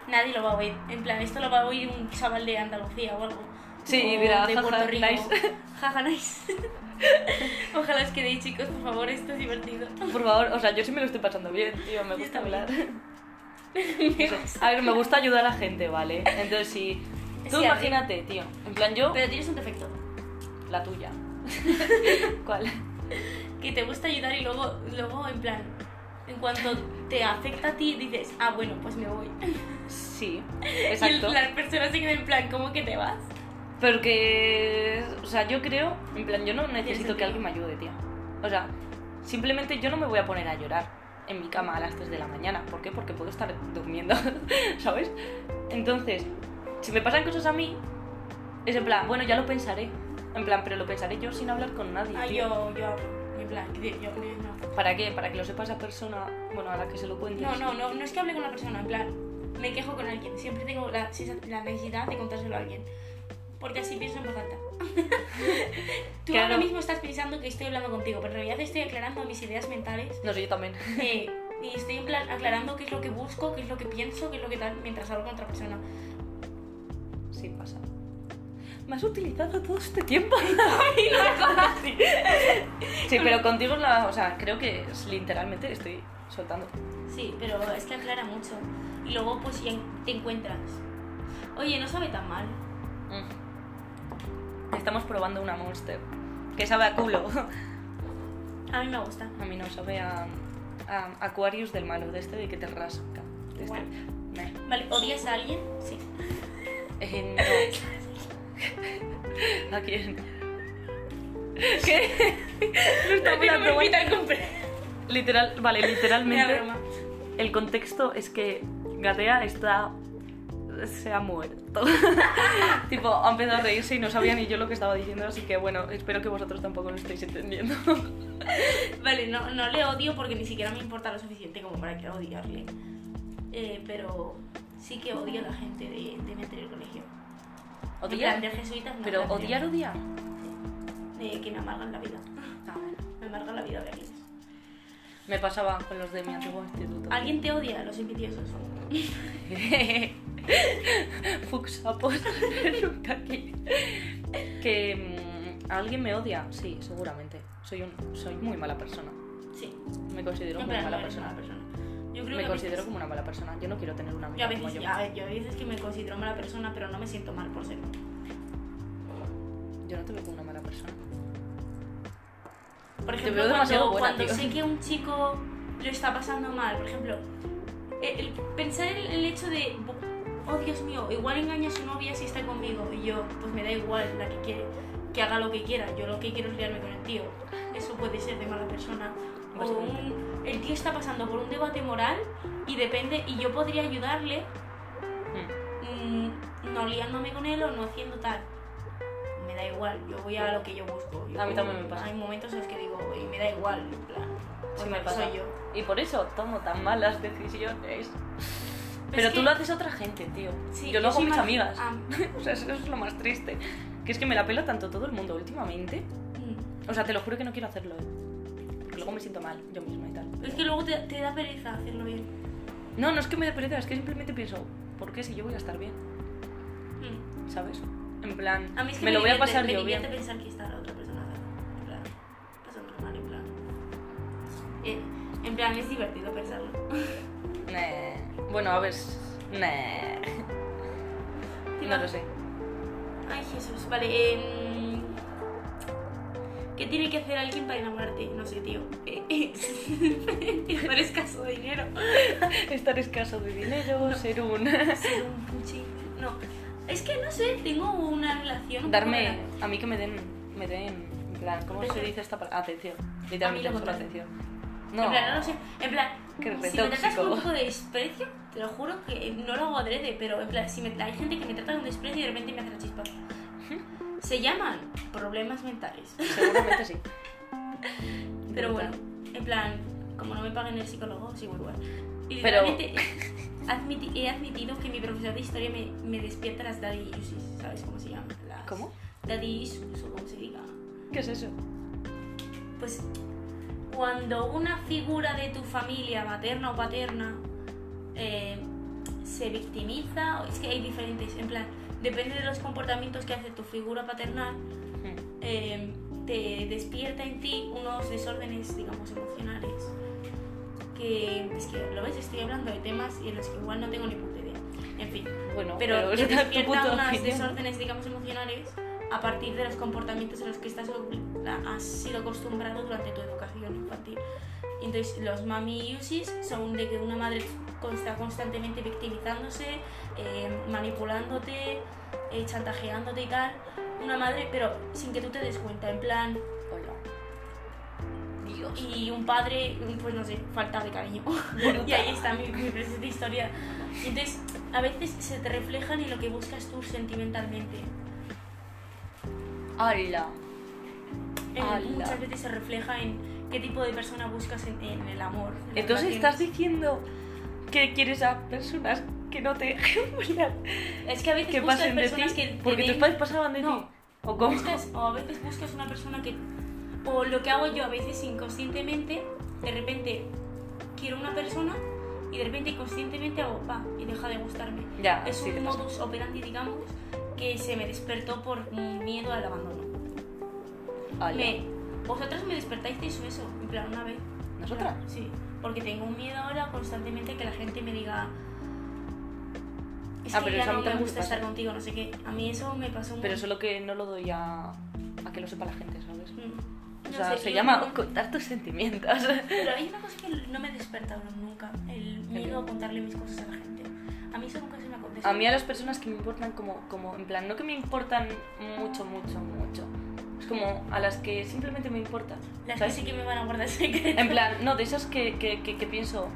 [SPEAKER 1] nadie lo va a oír. En plan, esto lo va a oír un chaval de Andalucía o algo.
[SPEAKER 2] Sí,
[SPEAKER 1] O
[SPEAKER 2] y dirá,
[SPEAKER 1] de
[SPEAKER 2] "Jaja,
[SPEAKER 1] Puerto Rico.
[SPEAKER 2] nice".
[SPEAKER 1] Jaja, nice. Ojalá os quedéis, chicos, por favor, esto es divertido.
[SPEAKER 2] Por favor, o sea, yo sí me lo estoy pasando bien, tío, me gusta
[SPEAKER 1] también.
[SPEAKER 2] hablar. A ver, me gusta ayudar a la gente, ¿vale? Entonces, si...
[SPEAKER 1] Sí,
[SPEAKER 2] Tú
[SPEAKER 1] a ver.
[SPEAKER 2] imagínate, tío, en plan yo,
[SPEAKER 1] Pero tienes un defecto,
[SPEAKER 2] la tuya. ¿Cuál?
[SPEAKER 1] que te gusta ayudar y luego, luego en plan, en cuanto te afecta a ti, dices, ah, bueno, pues me voy.
[SPEAKER 2] Sí,
[SPEAKER 1] Y
[SPEAKER 2] exacto.
[SPEAKER 1] el- las personas se quedan en plan, ¿cómo que te vas?
[SPEAKER 2] Porque, o sea, yo creo, en plan, yo no necesito
[SPEAKER 1] sentido.
[SPEAKER 2] que alguien me ayude, tía. O sea, simplemente yo no me voy a poner a llorar en mi cama a las 3 de la mañana. ¿Por qué? Porque puedo estar durmiendo, ¿sabes? Entonces, si me pasan cosas a mí, es en plan, bueno, ya lo pensaré. En plan, pero lo pensaré yo sin hablar con nadie.
[SPEAKER 1] Ah,
[SPEAKER 2] tío.
[SPEAKER 1] yo, yo hablo, en plan, que yo, yo no.
[SPEAKER 2] ¿Para qué? Para que lo sepa esa persona, bueno, a la que se lo cuentes.
[SPEAKER 1] No, no, no, no es que hable con la persona, en plan, me quejo con alguien. Siempre tengo la, sesa- la necesidad de contárselo a alguien. Porque así pienso en voz alta. Tú
[SPEAKER 2] Claro.
[SPEAKER 1] ahora mismo estás pensando que estoy hablando contigo, pero en realidad estoy aclarando mis ideas mentales.
[SPEAKER 2] No sé, yo también.
[SPEAKER 1] eh, y estoy en plan aclarando qué es lo que busco, qué es lo que pienso, qué es lo que tal, mientras hablo con otra persona.
[SPEAKER 2] Sí, pasa. Me has utilizado todo este tiempo. Sí, pero contigo es la. O sea, creo que es- literalmente estoy soltando.
[SPEAKER 1] Sí, pero es que aclara mucho. Y luego, pues, ya te encuentras. Oye, no sabe tan mal.
[SPEAKER 2] Mm. Estamos probando una monster. Que sabe a culo.
[SPEAKER 1] A mí me gusta.
[SPEAKER 2] A mí no, sabe a. a Aquarius del malo, de este de que te rasca. De este.
[SPEAKER 1] Guau.
[SPEAKER 2] Meh.
[SPEAKER 1] Vale, ¿odias a alguien? Sí.
[SPEAKER 2] Eh, no. ¿A quién? ¿Qué? No está muy dando vueltas. Literal, vale,
[SPEAKER 1] Era
[SPEAKER 2] literalmente.
[SPEAKER 1] broma.
[SPEAKER 2] El contexto es que Gatea está. se ha muerto. tipo, ha empezado a reírse y no sabía ni yo lo que estaba diciendo, así que bueno, espero que vosotros tampoco lo estéis entendiendo.
[SPEAKER 1] Vale, no, no le odio porque ni siquiera me importa lo suficiente como para que odiarle. Eh, pero sí que odio a la gente de, de mi anterior colegio. En plan,
[SPEAKER 2] ¿Odiar?
[SPEAKER 1] de jesuitas no.
[SPEAKER 2] Pero
[SPEAKER 1] en plan de-
[SPEAKER 2] odiar, odiar.
[SPEAKER 1] De que me amargan la vida.
[SPEAKER 2] Ah, bueno.
[SPEAKER 1] Me amarga la vida de alguien.
[SPEAKER 2] Me pasaba con los de mi antiguo instituto.
[SPEAKER 1] Alguien te odia, los envidiosos.
[SPEAKER 2] Fuxapos. Nunca aquí. Que mm, alguien me odia, sí, seguramente. Soy, un, soy muy mala persona.
[SPEAKER 1] Sí.
[SPEAKER 2] Me considero
[SPEAKER 1] En
[SPEAKER 2] muy
[SPEAKER 1] plan, eh,
[SPEAKER 2] mala
[SPEAKER 1] no eres
[SPEAKER 2] persona.
[SPEAKER 1] mala persona. Yo creo
[SPEAKER 2] Me
[SPEAKER 1] que a
[SPEAKER 2] considero
[SPEAKER 1] veces-
[SPEAKER 2] como una mala persona. Yo no quiero tener una
[SPEAKER 1] Yo a
[SPEAKER 2] amiga como
[SPEAKER 1] veces,
[SPEAKER 2] yo.
[SPEAKER 1] a ver, yo a veces que me considero mala persona, pero no me siento mal por serlo.
[SPEAKER 2] Yo no te veo como una mala persona.
[SPEAKER 1] Por
[SPEAKER 2] Te
[SPEAKER 1] ejemplo,
[SPEAKER 2] veo demasiado
[SPEAKER 1] cuando,
[SPEAKER 2] buena,
[SPEAKER 1] cuando
[SPEAKER 2] tío.
[SPEAKER 1] sé que un chico lo está pasando mal, por ejemplo, el, el pensar en el hecho de, oh Dios mío, igual engaña a su novia si está conmigo, y yo, pues me da igual la que quiere, que haga lo que quiera, yo lo que quiero es liarme con el tío. Eso puede ser de mala persona. O
[SPEAKER 2] Bastante.
[SPEAKER 1] un- el tío está pasando por un debate moral y depende, y yo podría ayudarle Hmm.
[SPEAKER 2] Mm.
[SPEAKER 1] mm, no liándome con él o no haciendo tal. Me da igual, yo voy a lo que yo busco. Yo-
[SPEAKER 2] A mí también me pasa.
[SPEAKER 1] Hay momentos en los que digo, y me da igual, en plan.
[SPEAKER 2] Sí,
[SPEAKER 1] oye,
[SPEAKER 2] me pasa.
[SPEAKER 1] Soy yo.
[SPEAKER 2] Y por eso tomo tan malas decisiones. Pero
[SPEAKER 1] Es
[SPEAKER 2] tú
[SPEAKER 1] que-
[SPEAKER 2] lo haces a otra gente, tío.
[SPEAKER 1] Sí,
[SPEAKER 2] yo lo hago a
[SPEAKER 1] soy
[SPEAKER 2] mis
[SPEAKER 1] más-
[SPEAKER 2] amigas.
[SPEAKER 1] Ah,
[SPEAKER 2] O sea, eso es lo más triste. Que es que me la pela tanto todo el mundo últimamente.
[SPEAKER 1] mm.
[SPEAKER 2] O sea, te lo juro que no quiero hacerlo. ¿eh? Porque luego me siento mal yo misma y tal.
[SPEAKER 1] es que luego te, te da pereza hacerlo bien.
[SPEAKER 2] No, no es que me dé pereza, es que simplemente pienso, ¿por qué si yo voy a estar bien?
[SPEAKER 1] Mm.
[SPEAKER 2] ¿Sabes? En plan,
[SPEAKER 1] A mí es que
[SPEAKER 2] me, lo voy a
[SPEAKER 1] divierte-
[SPEAKER 2] pasar
[SPEAKER 1] me
[SPEAKER 2] yo bien.
[SPEAKER 1] divierte pensar que está la otra persona en plan, pasando mal, en plan. Eh, en plan, es divertido pensarlo.
[SPEAKER 2] Nah. Bueno, a ver. nah. No lo sé.
[SPEAKER 1] Ay, Jesús, vale. em, ¿Qué tiene que hacer alguien para enamorarte? No sé, tío. Eh, eh, Estar escaso de dinero.
[SPEAKER 2] Estar escaso de dinero, ser un.
[SPEAKER 1] Ser un puchi. No. Es que no sé, tengo una relación. un poco
[SPEAKER 2] Darme.
[SPEAKER 1] rara.
[SPEAKER 2] A mí que me den. Me den. En plan, ¿cómo se
[SPEAKER 1] Atención.
[SPEAKER 2] dice esta palabra? Atención.
[SPEAKER 1] A mí
[SPEAKER 2] Literalmente,
[SPEAKER 1] lo
[SPEAKER 2] solo
[SPEAKER 1] contrario.
[SPEAKER 2] atención. No.
[SPEAKER 1] En plan, no lo sé. En plan,
[SPEAKER 2] Qué re
[SPEAKER 1] si me tratas con
[SPEAKER 2] tóxico.
[SPEAKER 1] un poco de desprecio, te lo juro que no lo hago adrede, pero en plan, si me, hay gente que me trata con desprecio y de repente me hace la chispa. Se llaman problemas mentales.
[SPEAKER 2] Seguramente sí.
[SPEAKER 1] Pero
[SPEAKER 2] Brutal.
[SPEAKER 1] bueno, en plan, como no me paguen el psicólogo, sigo igual. Y
[SPEAKER 2] Pero-
[SPEAKER 1] literalmente admiti- he admitido que mi profesor de historia me, me despierta las daddy issues, ¿sabes cómo se llama? Las
[SPEAKER 2] ¿Cómo?
[SPEAKER 1] Daddy issues, o como se diga.
[SPEAKER 2] ¿Qué es eso?
[SPEAKER 1] Pues cuando una figura de tu familia, materna o paterna, eh, se victimiza, o- es que hay diferentes, en plan, depende de los comportamientos que hace tu figura paternal,
[SPEAKER 2] Mm.
[SPEAKER 1] eh, te despierta en ti unos desórdenes, digamos, emocionales. Que es que, lo ves, estoy hablando de temas y en los que igual no tengo ni puta idea. En fin,
[SPEAKER 2] Bueno,
[SPEAKER 1] pero, te
[SPEAKER 2] esa es tu
[SPEAKER 1] despierta
[SPEAKER 2] puta
[SPEAKER 1] unos
[SPEAKER 2] opinión.
[SPEAKER 1] desórdenes, digamos, emocionales a partir de los comportamientos a los que estás acostum- a- has sido acostumbrado durante tu educación infantil. Entonces, los mami uses son de que una madre con- está constantemente victimizándose, eh, manipulándote, eh, chantajeándote y tal. Una madre, pero sin que tú te des cuenta, en plan,
[SPEAKER 2] Hola. Dios.
[SPEAKER 1] y un padre, pues no sé, falta de cariño. y ahí está mi, mi presente historia. Y Entonces, a veces se te reflejan en lo que buscas tú sentimentalmente.
[SPEAKER 2] Hola.
[SPEAKER 1] En-
[SPEAKER 2] Ala.
[SPEAKER 1] muchas veces se refleja en qué tipo de persona buscas en, en el amor. en las
[SPEAKER 2] Entonces
[SPEAKER 1] relaciones.
[SPEAKER 2] estás diciendo que quieres a personas que no te dejen volar,
[SPEAKER 1] Es que a veces
[SPEAKER 2] que
[SPEAKER 1] buscas
[SPEAKER 2] pasen de
[SPEAKER 1] personas
[SPEAKER 2] ti,
[SPEAKER 1] que te
[SPEAKER 2] porque tus
[SPEAKER 1] den-
[SPEAKER 2] padres pasaban de
[SPEAKER 1] No.
[SPEAKER 2] ti. ¿O cómo?
[SPEAKER 1] buscas- o a veces buscas una persona que o lo que hago yo a veces inconscientemente de repente quiero una persona y de repente conscientemente hago pa y deja de gustarme
[SPEAKER 2] Ya,
[SPEAKER 1] es
[SPEAKER 2] sí, te
[SPEAKER 1] un
[SPEAKER 2] pasa.
[SPEAKER 1] modus operandi digamos que se me despertó por mi miedo al abandono
[SPEAKER 2] Hola.
[SPEAKER 1] me, vosotras me despertasteis eso en plan una vez
[SPEAKER 2] ¿Nosotras?
[SPEAKER 1] Sí, porque tengo un miedo ahora constantemente que la gente me diga. Es
[SPEAKER 2] Ah,
[SPEAKER 1] que
[SPEAKER 2] pero
[SPEAKER 1] ya
[SPEAKER 2] eso a
[SPEAKER 1] no
[SPEAKER 2] mí
[SPEAKER 1] me
[SPEAKER 2] también me
[SPEAKER 1] gusta
[SPEAKER 2] pasa.
[SPEAKER 1] estar contigo, no sé qué. A mí eso me pasó un
[SPEAKER 2] Pero solo que no lo doy a, a que lo sepa la gente, ¿sabes?
[SPEAKER 1] Mm.
[SPEAKER 2] O
[SPEAKER 1] No
[SPEAKER 2] sea,
[SPEAKER 1] sé,
[SPEAKER 2] se
[SPEAKER 1] yo
[SPEAKER 2] llama
[SPEAKER 1] no-
[SPEAKER 2] contar tus sentimientos.
[SPEAKER 1] Pero hay una cosa que no me he despertado nunca: el miedo a contarle mis cosas a la gente. A mí eso nunca se me acontece.
[SPEAKER 2] A mí a las personas que me importan como, como, en plan, no que me importan mucho, mucho, mucho. Es como a las que simplemente me importan.
[SPEAKER 1] Las que
[SPEAKER 2] ¿sabes?
[SPEAKER 1] sí que me van a guardar secreto.
[SPEAKER 2] En plan, no, de esas que, que, que, que pienso,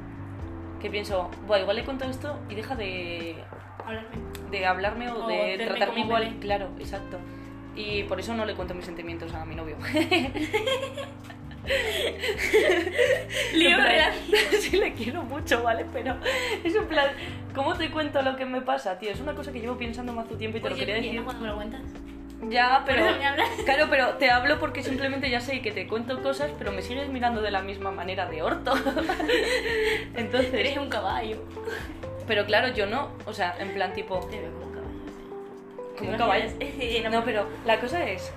[SPEAKER 2] que pienso, "Buah, igual le cuento esto y deja de,
[SPEAKER 1] Hablarme.
[SPEAKER 2] de hablarme o,
[SPEAKER 1] O
[SPEAKER 2] de
[SPEAKER 1] verme
[SPEAKER 2] tratarme
[SPEAKER 1] como
[SPEAKER 2] igual.
[SPEAKER 1] bebé.
[SPEAKER 2] Claro, exacto. Y por eso no le cuento mis sentimientos a mi novio.
[SPEAKER 1] Lío
[SPEAKER 2] En plan,
[SPEAKER 1] relación.
[SPEAKER 2] Sí, le quiero mucho, ¿vale? Pero es en plan, ¿cómo te cuento lo que me pasa, tío? Es una cosa que llevo pensando más tu tiempo y te
[SPEAKER 1] Oye,
[SPEAKER 2] lo quería
[SPEAKER 1] ¿y Ana
[SPEAKER 2] decir.
[SPEAKER 1] cuando me lo cuentas?
[SPEAKER 2] Ya,
[SPEAKER 1] Por
[SPEAKER 2] pero.
[SPEAKER 1] eso me hablas.
[SPEAKER 2] Claro, pero te hablo porque simplemente ya sé que te cuento cosas, pero me sigues mirando de la misma manera de orto.
[SPEAKER 1] Eres
[SPEAKER 2] Entonces.
[SPEAKER 1] un caballo.
[SPEAKER 2] Pero claro, yo no. O sea, en plan tipo.
[SPEAKER 1] Te veo como un caballo.
[SPEAKER 2] Como un caballo.
[SPEAKER 1] No,
[SPEAKER 2] No, pero la cosa es.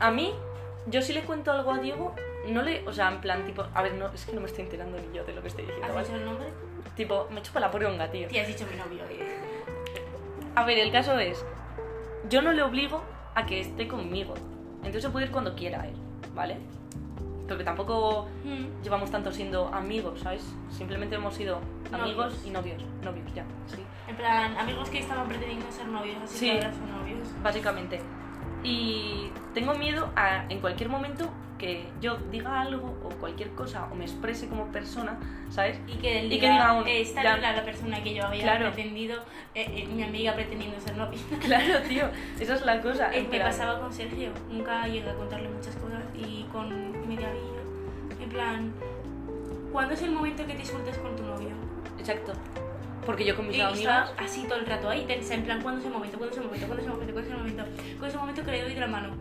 [SPEAKER 2] A mí, yo si le cuento algo a Diego, no le. O sea, en plan tipo. A ver, no, es que no me estoy enterando ni yo de lo que estoy diciendo,
[SPEAKER 1] ¿Has
[SPEAKER 2] ¿vale?
[SPEAKER 1] dicho el nombre?
[SPEAKER 2] Tipo, me chupa la poronga, tío.
[SPEAKER 1] Tía, has dicho mi novio. eh.
[SPEAKER 2] A ver, el caso es, yo no le obligo a que esté conmigo. Entonces se puede ir cuando quiera él, ¿vale? Porque tampoco
[SPEAKER 1] Mm.
[SPEAKER 2] llevamos tanto siendo amigos, ¿sabes? Simplemente hemos sido amigos
[SPEAKER 1] Novios.
[SPEAKER 2] y novios. Novios, ya, sí.
[SPEAKER 1] En plan, amigos que estaban pretendiendo ser novios, así
[SPEAKER 2] Sí.
[SPEAKER 1] que ahora son novios.
[SPEAKER 2] Básicamente. Y tengo miedo a, en cualquier momento, que yo diga algo o cualquier cosa o me exprese como persona, ¿sabes?
[SPEAKER 1] Y que él
[SPEAKER 2] Y que
[SPEAKER 1] diga,
[SPEAKER 2] diga un-
[SPEAKER 1] eh, esta
[SPEAKER 2] ya.
[SPEAKER 1] no era la persona que yo había
[SPEAKER 2] Claro.
[SPEAKER 1] pretendido, eh, eh, mi amiga pretendiendo ser novia.
[SPEAKER 2] Claro, tío, esa es la cosa.
[SPEAKER 1] Eh,
[SPEAKER 2] en
[SPEAKER 1] me
[SPEAKER 2] plan-
[SPEAKER 1] pasaba con Sergio, nunca llegué a contarle muchas cosas y con media amiga. En plan, ¿cuándo es el momento que te insultas con tu novio?
[SPEAKER 2] Exacto. Porque yo con mis
[SPEAKER 1] Y
[SPEAKER 2] amigas...
[SPEAKER 1] estaba así todo el rato ahí, tensa, en plan, ¿cuándo es el momento? ¿Cuándo es el momento? ¿Cuándo es el momento? ¿Cuándo es el momento? ¿Cuándo es el momento que le doy de la mano?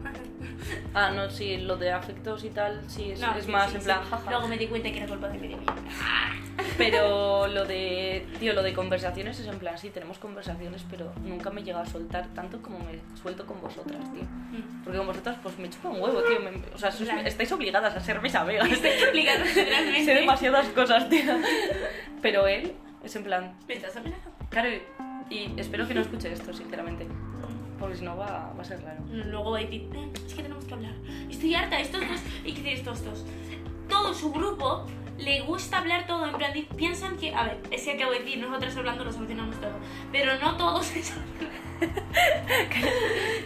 [SPEAKER 2] Ah, no, sí, lo de afectos y tal, sí, es,
[SPEAKER 1] No,
[SPEAKER 2] es
[SPEAKER 1] sí,
[SPEAKER 2] más
[SPEAKER 1] sí,
[SPEAKER 2] en
[SPEAKER 1] sí.
[SPEAKER 2] plan jaja.
[SPEAKER 1] Luego me di cuenta que era culpa de media amiga.
[SPEAKER 2] Pero lo de, tío, lo de conversaciones es en plan, sí, tenemos conversaciones, pero nunca me llega a soltar tanto como me suelto con vosotras, tío.
[SPEAKER 1] Mm.
[SPEAKER 2] Porque con vosotras, pues me chupa un huevo, tío. me- o sea, sois-
[SPEAKER 1] Claro.
[SPEAKER 2] estáis obligadas a ser mis amigas.
[SPEAKER 1] Estoy obligada, realmente.
[SPEAKER 2] sé demasiadas cosas, tío. Pero él es en plan,
[SPEAKER 1] ¿Me estás amenazando?
[SPEAKER 2] claro, y, y espero que no escuche esto, sinceramente. Porque si no va, va a ser raro.
[SPEAKER 1] Luego va a decir, "Eh, es que tenemos que hablar. Estoy harta, estos dos, y que estos dos. Todo su grupo le gusta hablar todo, en plan, di- piensan que, a ver, es que acabo de decir, nosotras hablando lo solucionamos todo, pero no todos eso.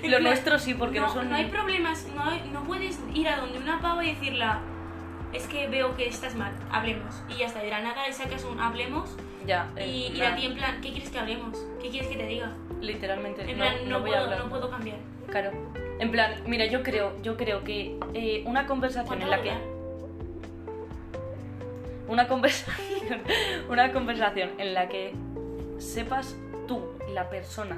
[SPEAKER 2] Lo nuestro sí, porque no,
[SPEAKER 1] no,
[SPEAKER 2] son.
[SPEAKER 1] no hay problemas, no, hay- no puedes ir a donde una pava y decirla, es que veo que estás mal, hablemos. Y ya está, de la nada le sacas un hablemos
[SPEAKER 2] ya, eh,
[SPEAKER 1] y, y
[SPEAKER 2] nada,
[SPEAKER 1] a ti en plan, ¿qué quieres que hablemos? ¿Qué quieres que te diga?
[SPEAKER 2] Literalmente,
[SPEAKER 1] En
[SPEAKER 2] Eh, no,
[SPEAKER 1] plan,
[SPEAKER 2] no
[SPEAKER 1] no,
[SPEAKER 2] voy a
[SPEAKER 1] puedo,
[SPEAKER 2] hablar.
[SPEAKER 1] no puedo cambiar.
[SPEAKER 2] Claro. En plan, mira, yo creo, yo creo que eh, una conversación
[SPEAKER 1] ¿Cuánto
[SPEAKER 2] en la
[SPEAKER 1] va a
[SPEAKER 2] que
[SPEAKER 1] durar?
[SPEAKER 2] una conversación, una conversación en la que sepas tú y la persona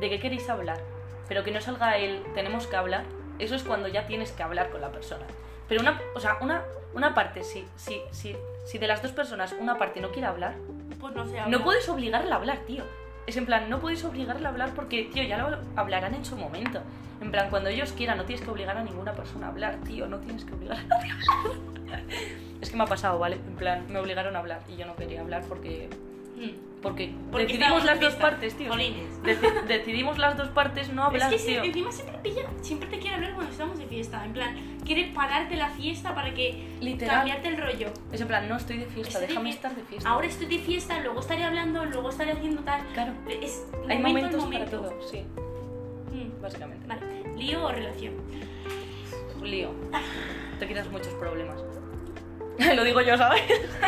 [SPEAKER 2] de qué queréis hablar, pero que no salga el tenemos que hablar, eso es cuando ya tienes que hablar con la persona. Pero una, o sea, una, una parte si si si si de las dos personas una parte no quiere hablar,
[SPEAKER 1] Pues no sé.
[SPEAKER 2] no
[SPEAKER 1] habla.
[SPEAKER 2] puedes obligarla a hablar, tío. Es en plan, no puedes obligarla a hablar porque, tío, ya lo hablarán en su momento. En plan, cuando ellos quieran, no tienes que obligar a ninguna persona a hablar, tío, no tienes que obligar a nadie a hablar. Es que me ha pasado, ¿vale? En plan, me obligaron a hablar y yo no quería hablar porque.
[SPEAKER 1] Mm.
[SPEAKER 2] Porque,
[SPEAKER 1] Porque
[SPEAKER 2] decidimos
[SPEAKER 1] estábamos
[SPEAKER 2] las
[SPEAKER 1] en
[SPEAKER 2] dos
[SPEAKER 1] fiesta.
[SPEAKER 2] partes, tío.
[SPEAKER 1] Jolines.
[SPEAKER 2] Deci- decidimos las dos partes no hablar,
[SPEAKER 1] es que
[SPEAKER 2] tío.
[SPEAKER 1] si- encima siempre pilla, siempre te quiere hablar cuando estamos de fiesta. En plan, quiere pararte la fiesta para que
[SPEAKER 2] Literal.
[SPEAKER 1] cambiarte el rollo.
[SPEAKER 2] Es en plan, no estoy de fiesta,
[SPEAKER 1] Estoy de
[SPEAKER 2] déjame
[SPEAKER 1] fie-
[SPEAKER 2] estar de fiesta.
[SPEAKER 1] Ahora estoy de fiesta, luego estaré hablando, luego estaré haciendo tal.
[SPEAKER 2] Claro.
[SPEAKER 1] Es momento
[SPEAKER 2] Hay
[SPEAKER 1] en
[SPEAKER 2] momentos
[SPEAKER 1] momento.
[SPEAKER 2] para todo, sí,
[SPEAKER 1] Mm.
[SPEAKER 2] básicamente.
[SPEAKER 1] Vale, lío o relación.
[SPEAKER 2] Lío. Te quitas muchos problemas. lo digo yo, ¿sabes?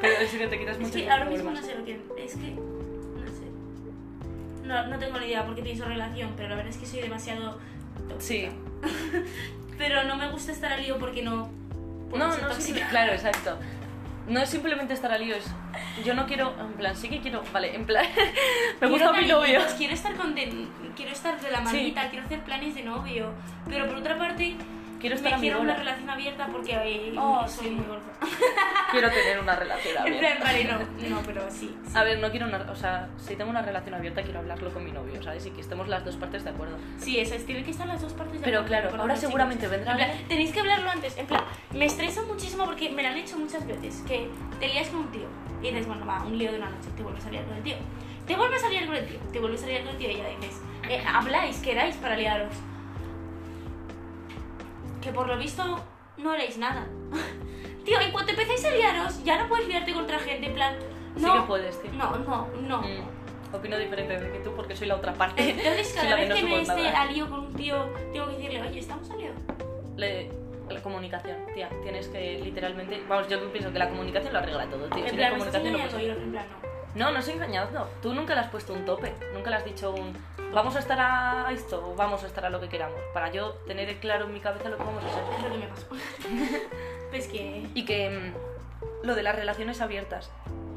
[SPEAKER 2] Pero en serio, te quitas
[SPEAKER 1] Es
[SPEAKER 2] muchos
[SPEAKER 1] que ahora mismo
[SPEAKER 2] problemas.
[SPEAKER 1] no sé lo que. Es que. No sé. No, no tengo ni idea por qué pienso relación, pero la verdad es que soy demasiado. tóxica.
[SPEAKER 2] Sí.
[SPEAKER 1] Pero no me gusta estar al lío porque no. por
[SPEAKER 2] No,
[SPEAKER 1] ser
[SPEAKER 2] no, sí,
[SPEAKER 1] tóxica.
[SPEAKER 2] claro, exacto. No es simplemente estar al lío, es... Yo no quiero, en plan, sí que quiero, vale, en plan, me
[SPEAKER 1] Quiero
[SPEAKER 2] gusta mi novio.
[SPEAKER 1] cariñitos, Quiero estar con de, quiero estar de la
[SPEAKER 2] Sí.
[SPEAKER 1] manita, quiero hacer planes de novio. Pero por otra parte,
[SPEAKER 2] Quiero estar
[SPEAKER 1] me
[SPEAKER 2] a mi
[SPEAKER 1] quiero una
[SPEAKER 2] bola.
[SPEAKER 1] relación abierta porque eh,
[SPEAKER 2] Oh,
[SPEAKER 1] soy
[SPEAKER 2] sí.
[SPEAKER 1] muy golfa.
[SPEAKER 2] Quiero tener una relación
[SPEAKER 1] En
[SPEAKER 2] abierta.
[SPEAKER 1] plan, vale, no, no, pero sí. sí.
[SPEAKER 2] A ver, no quiero una, o sea, si tengo una relación abierta quiero hablarlo con mi novio, ¿sabes? Y que estemos las dos partes de acuerdo.
[SPEAKER 1] Sí, eso es, tienen que estar las dos partes de
[SPEAKER 2] Pero
[SPEAKER 1] acuerdo,
[SPEAKER 2] claro,
[SPEAKER 1] por
[SPEAKER 2] ahora
[SPEAKER 1] favor,
[SPEAKER 2] seguramente
[SPEAKER 1] chicos.
[SPEAKER 2] vendrá
[SPEAKER 1] En plan,
[SPEAKER 2] alguien-
[SPEAKER 1] tenéis que hablarlo antes. En plan, me estresa muchísimo porque me lo han hecho muchas veces. Que te lías con un tío y dices, bueno, va, un lío de una noche, te vuelves a liar con el tío. Te vuelves a liar con el tío, te vuelves a liar con el tío y ya dices, eh, habláis, queráis para liaros. Que por lo visto no erais nada. tío, en cuanto empezáis a liaros, ya no puedes liarte contra gente. En plan,
[SPEAKER 2] Sí
[SPEAKER 1] no,
[SPEAKER 2] que puedes, tío.
[SPEAKER 1] no, no, no.
[SPEAKER 2] Mm, opino diferente de que tú porque soy la otra parte.
[SPEAKER 1] Entonces,
[SPEAKER 2] Soy
[SPEAKER 1] Eh, cada
[SPEAKER 2] la
[SPEAKER 1] vez
[SPEAKER 2] no
[SPEAKER 1] que me
[SPEAKER 2] soporta
[SPEAKER 1] esté
[SPEAKER 2] nada.
[SPEAKER 1] al lío con un tío, tengo que decirle, oye, ¿estamos al lío?
[SPEAKER 2] Le- la comunicación, tía, tienes que literalmente, vamos, yo pienso que la comunicación lo arregla todo, tío.
[SPEAKER 1] En
[SPEAKER 2] Sin la
[SPEAKER 1] plan, me estás
[SPEAKER 2] comunicación
[SPEAKER 1] engañando
[SPEAKER 2] no pasa
[SPEAKER 1] y
[SPEAKER 2] nada.
[SPEAKER 1] yo en plan, no.
[SPEAKER 2] No, no estoy engañando. Tú nunca le has puesto un tope, nunca le has dicho un vamos a estar a esto o vamos a estar a lo que queramos, para yo tener claro en mi cabeza lo que vamos a hacer.
[SPEAKER 1] Es lo que me pasó. pues que...
[SPEAKER 2] Y que mm, lo de las relaciones abiertas,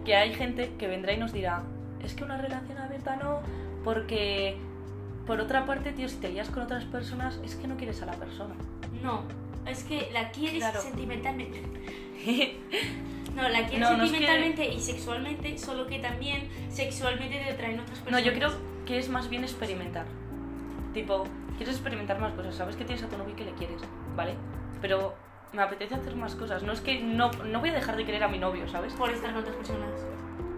[SPEAKER 2] que hay gente que vendrá y nos dirá, es que una relación abierta no, porque Por otra parte, tío, si te lías con otras personas, es que no quieres a la persona.
[SPEAKER 1] No, es que la quieres
[SPEAKER 2] Claro.
[SPEAKER 1] sentimentalmente. No, la quieres
[SPEAKER 2] No, no es que-
[SPEAKER 1] sentimentalmente y sexualmente, solo que también sexualmente te atraen otras
[SPEAKER 2] no,
[SPEAKER 1] personas.
[SPEAKER 2] yo creo que es más bien experimentar. Tipo, quieres experimentar más cosas, sabes que tienes a tu novio y que le quieres, ¿vale? Pero me apetece hacer más cosas. No es que no, no voy a dejar de querer a mi novio, ¿sabes?
[SPEAKER 1] Por estar con otras personas.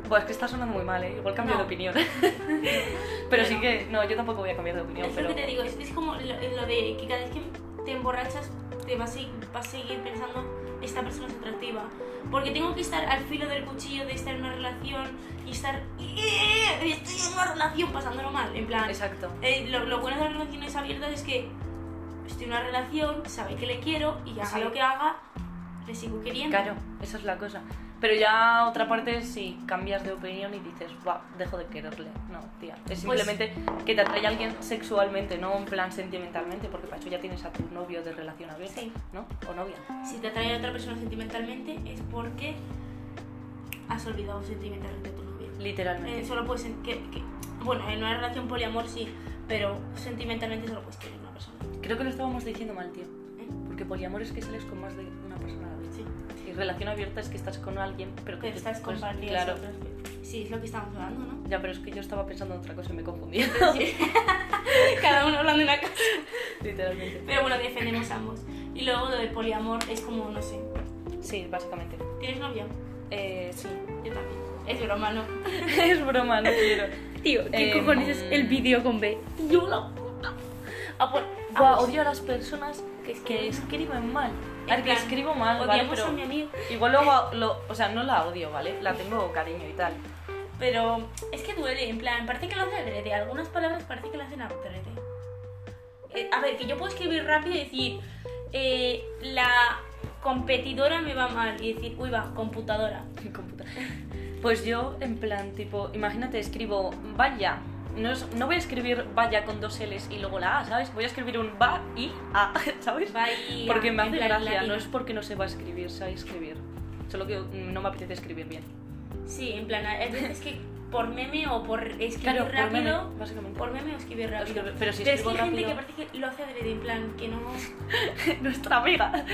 [SPEAKER 2] Pues que está sonando muy mal, ¿eh? Igual cambio
[SPEAKER 1] No.
[SPEAKER 2] de opinión. pero, sí
[SPEAKER 1] Bueno.
[SPEAKER 2] que, no, yo tampoco voy a cambiar de opinión.
[SPEAKER 1] es
[SPEAKER 2] pero...
[SPEAKER 1] lo que te digo, es, es como lo, lo de que cada vez que te emborrachas te vas a, vas a seguir pensando esta persona es atractiva. Porque tengo que estar al filo del cuchillo de estar en una relación y estar... "Eh, Estoy en una relación pasándolo mal, en plan...
[SPEAKER 2] Exacto.
[SPEAKER 1] Eh, lo, lo bueno de las relaciones abiertas es que estoy en una relación, sabe que le quiero y haga
[SPEAKER 2] Sí.
[SPEAKER 1] lo que haga, le sigo queriendo.
[SPEAKER 2] Claro, esa es la cosa. Pero ya otra parte, si cambias de opinión y dices, va, dejo de quererle. No, tía. Es
[SPEAKER 1] Pues-
[SPEAKER 2] simplemente que te atrae a alguien sexualmente, no en plan sentimentalmente, porque para eso ya tienes a tu novio de relación abierta,
[SPEAKER 1] Sí.
[SPEAKER 2] ¿no? O novia.
[SPEAKER 1] Si te atrae a otra persona sentimentalmente es porque has olvidado sentimentalmente a tu novia.
[SPEAKER 2] Literalmente.
[SPEAKER 1] Eh, solo puedes... sen- Que, que- bueno, en una relación poliamor sí, pero sentimentalmente solo puedes querer a una persona.
[SPEAKER 2] Creo que lo estábamos diciendo mal, tío.
[SPEAKER 1] ¿eh?
[SPEAKER 2] Porque poliamor es que sales con más de una persona a la vez.
[SPEAKER 1] Sí.
[SPEAKER 2] Y relación abierta es que estás con alguien, pero que
[SPEAKER 1] Pero
[SPEAKER 2] te-
[SPEAKER 1] estás
[SPEAKER 2] pues,
[SPEAKER 1] compartiendo...
[SPEAKER 2] Claro.
[SPEAKER 1] Sí, es lo que estamos hablando, ¿no?
[SPEAKER 2] Ya, pero es que yo estaba pensando en otra cosa y me confundí.
[SPEAKER 1] Pues Cada uno hablando de una cosa.
[SPEAKER 2] Literalmente.
[SPEAKER 1] Pero bueno, defendemos ambos. Y luego lo del poliamor es como, no sé,
[SPEAKER 2] Sí, básicamente.
[SPEAKER 1] ¿tienes novia?
[SPEAKER 2] Eh, sí.
[SPEAKER 1] Yo también. Es broma, ¿no?
[SPEAKER 2] es broma, no quiero.
[SPEAKER 1] Tío,
[SPEAKER 2] ¿qué cojones es el
[SPEAKER 1] vídeo con B? Yo la puta. Ah, pues,
[SPEAKER 2] Buah, odio a las personas
[SPEAKER 1] Que
[SPEAKER 2] que,
[SPEAKER 1] escriben.
[SPEAKER 2] que escriben mal.
[SPEAKER 1] En
[SPEAKER 2] A ver, que
[SPEAKER 1] plan,
[SPEAKER 2] escribo mal, ¿vale?
[SPEAKER 1] odiamos a mi
[SPEAKER 2] Pero
[SPEAKER 1] amigo.
[SPEAKER 2] igual luego, lo, o sea, no la odio, ¿vale? La tengo cariño y tal.
[SPEAKER 1] Pero es que duele, en plan, parece que lo hacen adrede. Algunas palabras parece que lo hacen adrede. Eh, a ver, que yo puedo escribir rápido y decir, eh, la competidora me va mal. Y decir, uy, va, computadora.
[SPEAKER 2] Computa. Pues yo, en plan, tipo, imagínate, escribo vaya. No, es- no voy a escribir vaya con dos L's y luego la A, ¿sabes? Voy a escribir un va y A, ¿sabes?
[SPEAKER 1] Va y-
[SPEAKER 2] Porque me
[SPEAKER 1] en
[SPEAKER 2] hace
[SPEAKER 1] plan,
[SPEAKER 2] gracia,
[SPEAKER 1] latina.
[SPEAKER 2] no es porque no sepa escribir, sabe escribir. Solo que mm, no me apetece escribir bien.
[SPEAKER 1] Sí, en plan, hay veces que por meme o por escribir
[SPEAKER 2] por
[SPEAKER 1] rápido.
[SPEAKER 2] meme, básicamente.
[SPEAKER 1] Por meme o escribir rápido.
[SPEAKER 2] Escribir- pero si
[SPEAKER 1] es que hay
[SPEAKER 2] escribo
[SPEAKER 1] gente que
[SPEAKER 2] rápido-
[SPEAKER 1] parece que lo hace adrede, en plan, que no.
[SPEAKER 2] nuestra amiga.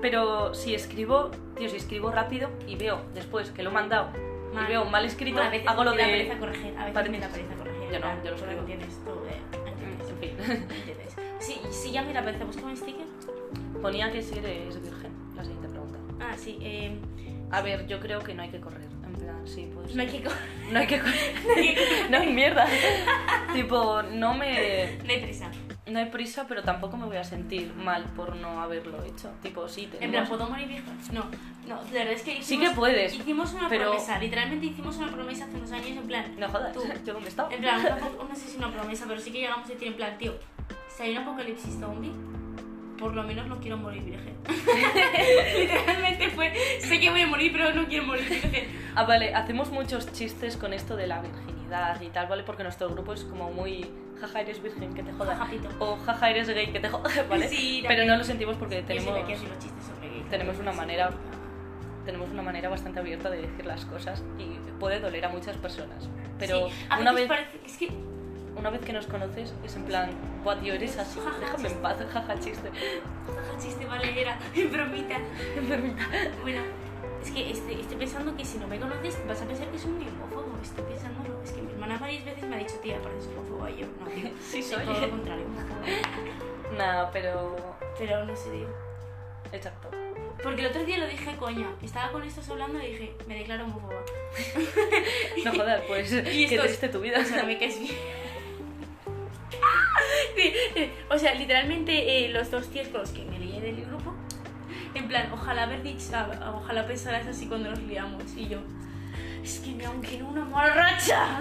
[SPEAKER 2] Pero si escribo, tío, si escribo rápido y veo después que lo he mandado
[SPEAKER 1] Mal.
[SPEAKER 2] y veo mal escrito,
[SPEAKER 1] Bueno, a veces
[SPEAKER 2] hago lo
[SPEAKER 1] me
[SPEAKER 2] de.
[SPEAKER 1] da pereza corregir, a veces me da
[SPEAKER 2] paréntesis.
[SPEAKER 1] pereza corregir.
[SPEAKER 2] Yo no,
[SPEAKER 1] claro,
[SPEAKER 2] yo lo
[SPEAKER 1] tú
[SPEAKER 2] escribo.
[SPEAKER 1] entiendes, tú, eh,
[SPEAKER 2] Mm,
[SPEAKER 1] entiendes,
[SPEAKER 2] En fin.
[SPEAKER 1] entiendes. Si, si ya me da pereza, busca un sticker.
[SPEAKER 2] Ponía que si eres virgen, la siguiente pregunta.
[SPEAKER 1] Ah, sí, eh,
[SPEAKER 2] A ver, yo creo que no hay que correr. En plan, sí, pues.
[SPEAKER 1] no hay que correr,
[SPEAKER 2] No hay que
[SPEAKER 1] no hay,
[SPEAKER 2] correr.
[SPEAKER 1] que correr,
[SPEAKER 2] no, mierda. tipo, no me.
[SPEAKER 1] no hay prisa.
[SPEAKER 2] No hay prisa, pero tampoco me voy a sentir mal por no haberlo hecho. Tipo, sí,
[SPEAKER 1] En plan,
[SPEAKER 2] tenemos.
[SPEAKER 1] ¿puedo morir viejo? No, no, la verdad es que hicimos,
[SPEAKER 2] Sí que puedes,
[SPEAKER 1] hicimos una
[SPEAKER 2] pero-
[SPEAKER 1] promesa, literalmente hicimos una promesa hace unos años en plan,
[SPEAKER 2] No jodas,
[SPEAKER 1] Tú.
[SPEAKER 2] ¿yo dónde estaba?
[SPEAKER 1] en plan, una- no sé si una promesa, pero sí que llegamos a decir en plan, tío, si hay un apocalipsis zombie, por lo menos no quiero morir virgen. Literalmente fue, sé que voy a morir, pero no quiero morir virgen.
[SPEAKER 2] Ah, vale, hacemos muchos chistes con esto de la virginidad y tal, ¿vale? Porque nuestro grupo es como muy jaja eres virgen, que te joda.
[SPEAKER 1] Japito.
[SPEAKER 2] O jaja eres gay, que te joda, ¿vale?
[SPEAKER 1] Sí,
[SPEAKER 2] Pero no lo sentimos porque
[SPEAKER 1] tenemos...
[SPEAKER 2] tenemos,
[SPEAKER 1] que hacer los chistes sobre gays.
[SPEAKER 2] tenemos una manera. tenemos una manera bastante abierta de decir las cosas y puede doler a muchas personas. Pero
[SPEAKER 1] Sí, a
[SPEAKER 2] una,
[SPEAKER 1] veces
[SPEAKER 2] vez,
[SPEAKER 1] parece- es que
[SPEAKER 2] una vez que nos conoces es en plan, buah, tío, eres así,
[SPEAKER 1] Jaja,
[SPEAKER 2] déjame en paz, jaja chiste.
[SPEAKER 1] jaja, chiste vale era en bromita.
[SPEAKER 2] Enfermita.
[SPEAKER 1] Bueno, es que este, estoy, estoy pensando que si no me conoces vas a pensar que es un homófobo. Estoy pensándolo. Es que mi hermana varias veces me ha dicho, tía, pareces homófobo. Y yo, no, tío,
[SPEAKER 2] Sí,
[SPEAKER 1] soy
[SPEAKER 2] soy.
[SPEAKER 1] todo lo contrario.
[SPEAKER 2] Nah, pero.
[SPEAKER 1] Pero no sé, tío.
[SPEAKER 2] Exacto.
[SPEAKER 1] Porque el otro día lo dije, coña. Estaba con estos hablando y dije, me declaro homófoba.
[SPEAKER 2] No jodas, pues.
[SPEAKER 1] Y
[SPEAKER 2] que
[SPEAKER 1] esto es-
[SPEAKER 2] triste tu vida.
[SPEAKER 1] O sea, no me caes bien. Sí, eh, o sea, literalmente eh, los dos tíos con los que me lié del grupo, en plan, ojalá haber dicho, ah, ojalá pensaras así cuando nos liamos. Y yo, es que me aún quiero una racha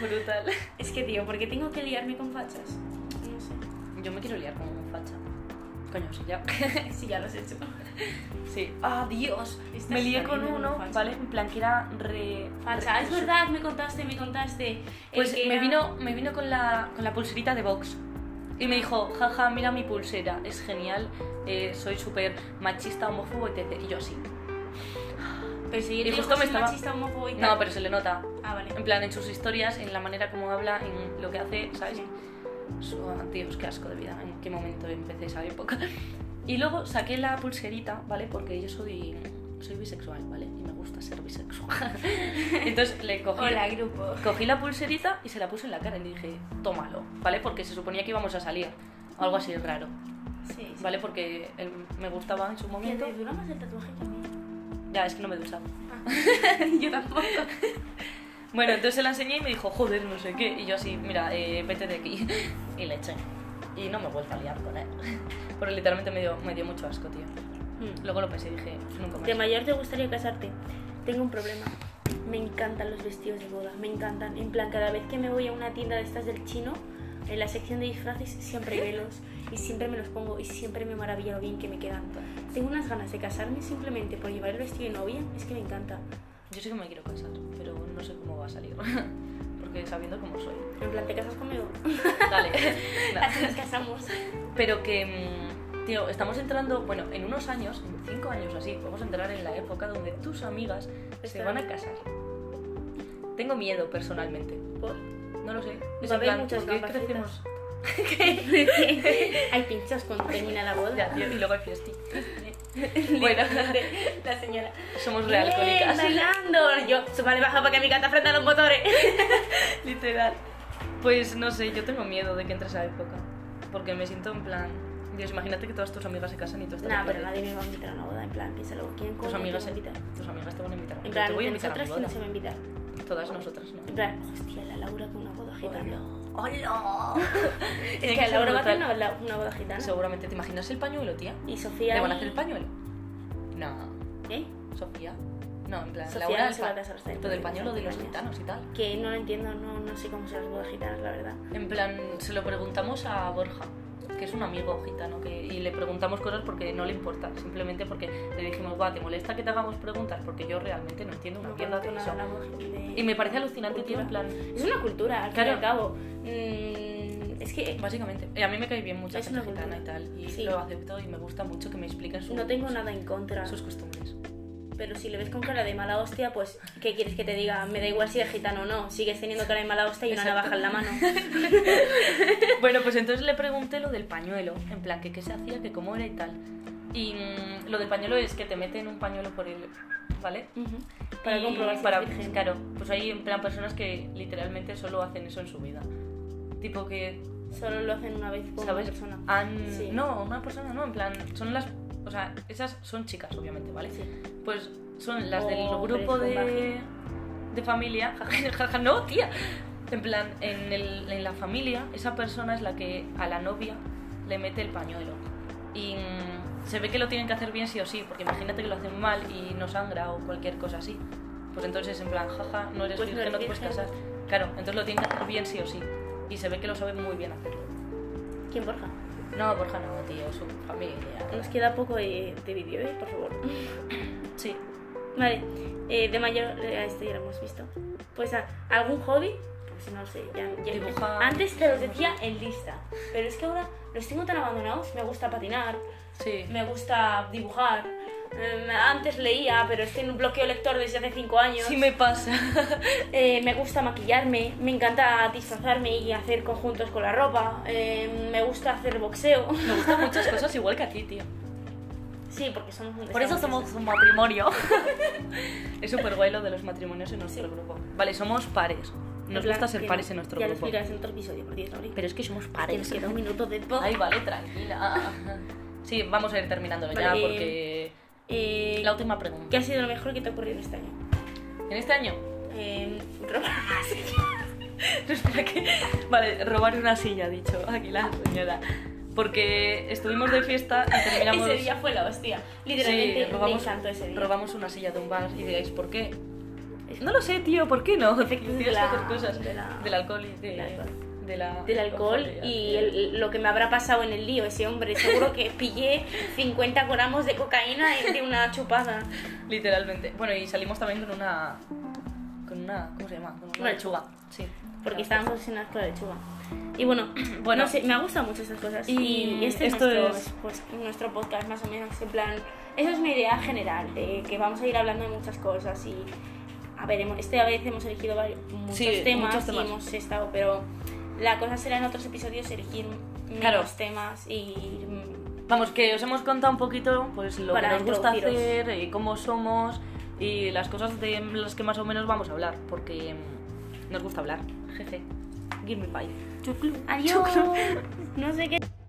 [SPEAKER 2] Brutal.
[SPEAKER 1] Es que, tío, ¿por qué tengo que liarme con fachas? No sé.
[SPEAKER 2] Yo me quiero liar con un facha. Coño, sí, ya.
[SPEAKER 1] Sí, ya lo has hecho.
[SPEAKER 2] Sí. ¡Ah, Dios!
[SPEAKER 1] Estás
[SPEAKER 2] Me lié con
[SPEAKER 1] saliendo con
[SPEAKER 2] uno,
[SPEAKER 1] un facha.
[SPEAKER 2] ¿vale? En plan que era re...
[SPEAKER 1] Facha,
[SPEAKER 2] re-
[SPEAKER 1] es verdad, me contaste, me contaste. el
[SPEAKER 2] Pues
[SPEAKER 1] que
[SPEAKER 2] me
[SPEAKER 1] era-
[SPEAKER 2] vino, me vino con, la, con la pulserita de Vox. Y me dijo, jaja, mira mi pulsera, es genial, eh, soy súper machista, homófobo, etc. Y yo sí.
[SPEAKER 1] Pero si yo
[SPEAKER 2] y
[SPEAKER 1] te digo
[SPEAKER 2] justo
[SPEAKER 1] que
[SPEAKER 2] me
[SPEAKER 1] soy
[SPEAKER 2] estaba-
[SPEAKER 1] machista, homófobo y
[SPEAKER 2] No,
[SPEAKER 1] tal.
[SPEAKER 2] pero se le nota.
[SPEAKER 1] Ah, vale.
[SPEAKER 2] En plan, en sus historias, en la manera como habla, en lo que hace, ¿sabes?
[SPEAKER 1] Sí.
[SPEAKER 2] Sua, Dios, qué asco de vida, en qué momento empecé esa época. Y luego saqué la pulserita, ¿vale? Porque yo soy, soy bisexual, ¿vale? Y me gusta ser bisexual. Entonces le cogí,
[SPEAKER 1] Hola, grupo.
[SPEAKER 2] cogí la pulserita y se la puse en la cara y le dije, tómalo, ¿vale? Porque se suponía que íbamos a salir, o algo así raro,
[SPEAKER 1] Sí, sí.
[SPEAKER 2] ¿vale? Porque él me gustaba en su
[SPEAKER 1] ¿Y
[SPEAKER 2] momento.
[SPEAKER 1] te dura más el tatuaje que a mí?
[SPEAKER 2] Ya, es que no me ducha.
[SPEAKER 1] Yo tampoco.
[SPEAKER 2] Bueno, entonces se la enseñé y me dijo, joder, no sé qué. Y yo así, mira, eh, vete de aquí. Y le eché. Y no me he vuelto a liar con él. Pero literalmente me dio, me dio mucho asco, tío.
[SPEAKER 1] Mm.
[SPEAKER 2] Luego lo pensé y dije, nunca más.
[SPEAKER 1] ¿De mayor te gustaría casarte? Tengo un problema. Me encantan los vestidos de boda, me encantan. En plan, cada vez que me voy a una tienda de estas del chino, en la sección de disfraces siempre hay velos y siempre me los pongo y siempre me maravilla lo bien que me quedan. Tengo unas ganas de casarme simplemente por llevar el vestido de novia, es que me encanta.
[SPEAKER 2] Yo sé que me quiero casar, pero no sé cómo va a salir. Porque sabiendo cómo soy.
[SPEAKER 1] En plan, ¿te casas conmigo?
[SPEAKER 2] Dale. Nah.
[SPEAKER 1] Así nos casamos.
[SPEAKER 2] Pero que, mm, tío, estamos entrando, bueno, en unos años, en cinco años o así, vamos a entrar en la época donde tus amigas se van a casar. Tengo miedo personalmente.
[SPEAKER 1] ¿Por?
[SPEAKER 2] No lo sé. Es
[SPEAKER 1] Va a
[SPEAKER 2] en
[SPEAKER 1] haber
[SPEAKER 2] plan,
[SPEAKER 1] muchas
[SPEAKER 2] ¿por qué
[SPEAKER 1] gambacitas.
[SPEAKER 2] crecemos?
[SPEAKER 1] Hay pinchos cuando termina la boda.
[SPEAKER 2] Ya, tío, y luego hay fiesti. bueno,
[SPEAKER 1] la señora.
[SPEAKER 2] somos
[SPEAKER 1] Bien,
[SPEAKER 2] real alcohólicas.
[SPEAKER 1] bailando. Yo, vale, baja para que mi gata frente a los motores.
[SPEAKER 2] Literal. Pues no sé, yo tengo miedo de que entre esa época. Porque me siento en plan. Dios, imagínate que todas tus amigas se casan y tú estás.
[SPEAKER 1] Nah,
[SPEAKER 2] en plan
[SPEAKER 1] pero
[SPEAKER 2] de-
[SPEAKER 1] nadie me va a invitar a una boda, en plan, piénsalo. ¿Quién
[SPEAKER 2] Tus
[SPEAKER 1] coño
[SPEAKER 2] amigas,
[SPEAKER 1] te va a invitar?
[SPEAKER 2] tus amigas te van a invitar.
[SPEAKER 1] En
[SPEAKER 2] Yo
[SPEAKER 1] plan,
[SPEAKER 2] te voy a invitar a mi
[SPEAKER 1] nosotras
[SPEAKER 2] boda.
[SPEAKER 1] quién se va a invitar.
[SPEAKER 2] Todas nosotras, ¿no?
[SPEAKER 1] En plan, hostia, la Laura con una boda gitana.
[SPEAKER 2] ¡Hola!
[SPEAKER 1] Es que la Laura va a hacer una, la- una boda gitana.
[SPEAKER 2] Seguramente, ¿te imaginas el pañuelo, tía?
[SPEAKER 1] y Sofía.
[SPEAKER 2] ¿Le van a
[SPEAKER 1] y-
[SPEAKER 2] hacer el pañuelo? No,
[SPEAKER 1] ¿Eh?
[SPEAKER 2] Sofía. No, en plan,
[SPEAKER 1] Sofía
[SPEAKER 2] Laura
[SPEAKER 1] no
[SPEAKER 2] el
[SPEAKER 1] se va a
[SPEAKER 2] pa-
[SPEAKER 1] casar, este está en
[SPEAKER 2] Lo del
[SPEAKER 1] plan,
[SPEAKER 2] pañuelo de los
[SPEAKER 1] cumpleaños.
[SPEAKER 2] gitanos y tal.
[SPEAKER 1] Que no lo entiendo, no, no sé cómo son las bodas gitanas, la verdad.
[SPEAKER 2] En plan, se lo preguntamos a Borja, que es un amigo gitano, que, y le preguntamos cosas porque no le importa, simplemente porque le dijimos, va, ¿te molesta que te hagamos preguntas? Porque yo realmente no entiendo una
[SPEAKER 1] No
[SPEAKER 2] mierda de
[SPEAKER 1] conozco
[SPEAKER 2] eso.
[SPEAKER 1] nada de la boda de-
[SPEAKER 2] Y me parece alucinante, tío,
[SPEAKER 1] Cultura.
[SPEAKER 2] en plan,
[SPEAKER 1] Es una cultura, al fin y
[SPEAKER 2] Claro.
[SPEAKER 1] al cabo. Mm, es que
[SPEAKER 2] básicamente. y a mí me cae bien mucha
[SPEAKER 1] Es
[SPEAKER 2] gente
[SPEAKER 1] una cultura.
[SPEAKER 2] gitana y tal, y
[SPEAKER 1] Sí.
[SPEAKER 2] lo acepto y me gusta mucho que me expliquen su-
[SPEAKER 1] no tengo nada en contra.
[SPEAKER 2] sus costumbres.
[SPEAKER 1] Pero si le ves con cara de mala hostia, pues, ¿qué quieres que te diga? Me da igual si eres gitano o no. Sigues teniendo cara de mala hostia y una
[SPEAKER 2] Exacto.
[SPEAKER 1] navaja en la mano.
[SPEAKER 2] Bueno, pues entonces le pregunté lo del pañuelo, en plan, que qué se hacía, que cómo era y tal. Y mm, lo del pañuelo es que te meten un pañuelo por el... ¿Vale?
[SPEAKER 1] Para
[SPEAKER 2] Y
[SPEAKER 1] comprobar si
[SPEAKER 2] para-
[SPEAKER 1] eres virgen.
[SPEAKER 2] Claro, pues hay en plan personas que literalmente solo hacen eso en su vida. Tipo que,
[SPEAKER 1] Solo lo hacen una vez con
[SPEAKER 2] ¿sabes? Ah.
[SPEAKER 1] una persona.
[SPEAKER 2] Han-
[SPEAKER 1] Sí.
[SPEAKER 2] No, una persona no, en plan, son las... O sea, esas son chicas, obviamente, ¿vale?
[SPEAKER 1] Sí.
[SPEAKER 2] Pues son las
[SPEAKER 1] O
[SPEAKER 2] del grupo
[SPEAKER 1] hombres con
[SPEAKER 2] de, de familia. Jaja, no, tía. En plan, en, el- en la familia, esa persona es la que a la novia le mete el pañuelo. Y mm, se ve que lo tienen que hacer bien sí o sí, porque imagínate que lo hacen mal y no sangra o cualquier cosa así. Pues entonces, en plan, jaja, no eres
[SPEAKER 1] Pues no
[SPEAKER 2] virgen, no,
[SPEAKER 1] eres
[SPEAKER 2] te puedes
[SPEAKER 1] virgen.
[SPEAKER 2] casar. Claro, entonces lo tienen que hacer bien sí o sí. Y se ve que lo saben muy bien hacerlo.
[SPEAKER 1] ¿Quién, Borja?
[SPEAKER 2] No, Borja, no, tío, su familia.
[SPEAKER 1] Nos queda poco de, de vídeo, ¿eh? Por favor.
[SPEAKER 2] Sí,
[SPEAKER 1] Vale. eh, de mayor, eh, a este ya lo hemos visto. Pues, ah, ¿algún hobby? Pues no sé. Ya, ya-
[SPEAKER 2] Dibujar.
[SPEAKER 1] Antes te los decía en lista. Pero es que ahora los tengo tan abandonados. Me gusta patinar,
[SPEAKER 2] sí.
[SPEAKER 1] me gusta dibujar. Em, Antes leía, pero estoy en un bloqueo lector desde hace 5 años.
[SPEAKER 2] Sí me pasa.
[SPEAKER 1] Eh, me gusta maquillarme, me encanta disfrazarme y hacer conjuntos con la ropa, eh, me gusta hacer boxeo.
[SPEAKER 2] Me gustan muchas cosas igual que a ti, tío.
[SPEAKER 1] Sí, porque somos un
[SPEAKER 2] Por eso somos un matrimonio. es súper guay lo de los matrimonios en nuestro grupo. Vale, somos pares. Nos gusta ser pares en nuestro
[SPEAKER 1] ya
[SPEAKER 2] grupo.
[SPEAKER 1] lo explicarás en otro episodio, por 10 de abril.
[SPEAKER 2] Pero es que somos
[SPEAKER 1] Que nos
[SPEAKER 2] pares.
[SPEAKER 1] queda un minuto de voz.
[SPEAKER 2] Ay, vale, tranquila. Sí, vamos a ir terminándolo ya
[SPEAKER 1] Vale.
[SPEAKER 2] porque...
[SPEAKER 1] Eh,
[SPEAKER 2] La última pregunta.
[SPEAKER 1] ¿Qué ha sido lo mejor que te ha ocurrido este año?
[SPEAKER 2] ¿En este año?
[SPEAKER 1] Eh, robar una silla.
[SPEAKER 2] Espera que- Vale, robar una silla, ha dicho aquí la señora. Porque estuvimos de fiesta y terminamos...
[SPEAKER 1] Ese día fue la hostia.
[SPEAKER 2] Sí,
[SPEAKER 1] Literalmente me
[SPEAKER 2] robamos,
[SPEAKER 1] encantó ese día.
[SPEAKER 2] robamos una silla de un bar y digáis, ¿por qué? No lo sé, tío, ¿por qué no?
[SPEAKER 1] Efectos de
[SPEAKER 2] Tienes
[SPEAKER 1] la-
[SPEAKER 2] tantas cosas.
[SPEAKER 1] de la-
[SPEAKER 2] del alcohol y de,
[SPEAKER 1] del alcohol.
[SPEAKER 2] de la-
[SPEAKER 1] del alcohol y el- lo que me habrá pasado en el lío ese hombre. Seguro que pillé 50 gramos de cocaína en- de una chupada.
[SPEAKER 2] Literalmente. Bueno, y salimos también con una... Con una... ¿Cómo se llama? Con una,
[SPEAKER 1] Una
[SPEAKER 2] lechuga. Sí.
[SPEAKER 1] Porque estábamos obsesionadas con la lechuga. Y bueno, bueno
[SPEAKER 2] Bueno.
[SPEAKER 1] no sé, me gustan mucho estas cosas.
[SPEAKER 2] Y
[SPEAKER 1] este
[SPEAKER 2] esto
[SPEAKER 1] nuestro,
[SPEAKER 2] es-
[SPEAKER 1] pues, nuestro podcast, más o menos. En plan, esa es una idea general, de que vamos a ir hablando de muchas cosas. Y a ver, hemos- este vez hemos elegido varios, muchos,
[SPEAKER 2] Sí,
[SPEAKER 1] temas
[SPEAKER 2] muchos temas.
[SPEAKER 1] y hemos estado, pero La cosa será en otros episodios elegir menos
[SPEAKER 2] Claro.
[SPEAKER 1] temas y ir, mm,
[SPEAKER 2] Vamos, que os hemos contado un poquito pues lo
[SPEAKER 1] Para
[SPEAKER 2] que nos gusta
[SPEAKER 1] introduciros.
[SPEAKER 2] hacer, eh, cómo somos y las cosas de las que más o menos vamos a hablar, porque mm, nos gusta hablar. Jeje. Give me five.
[SPEAKER 1] Adiós. No sé qué.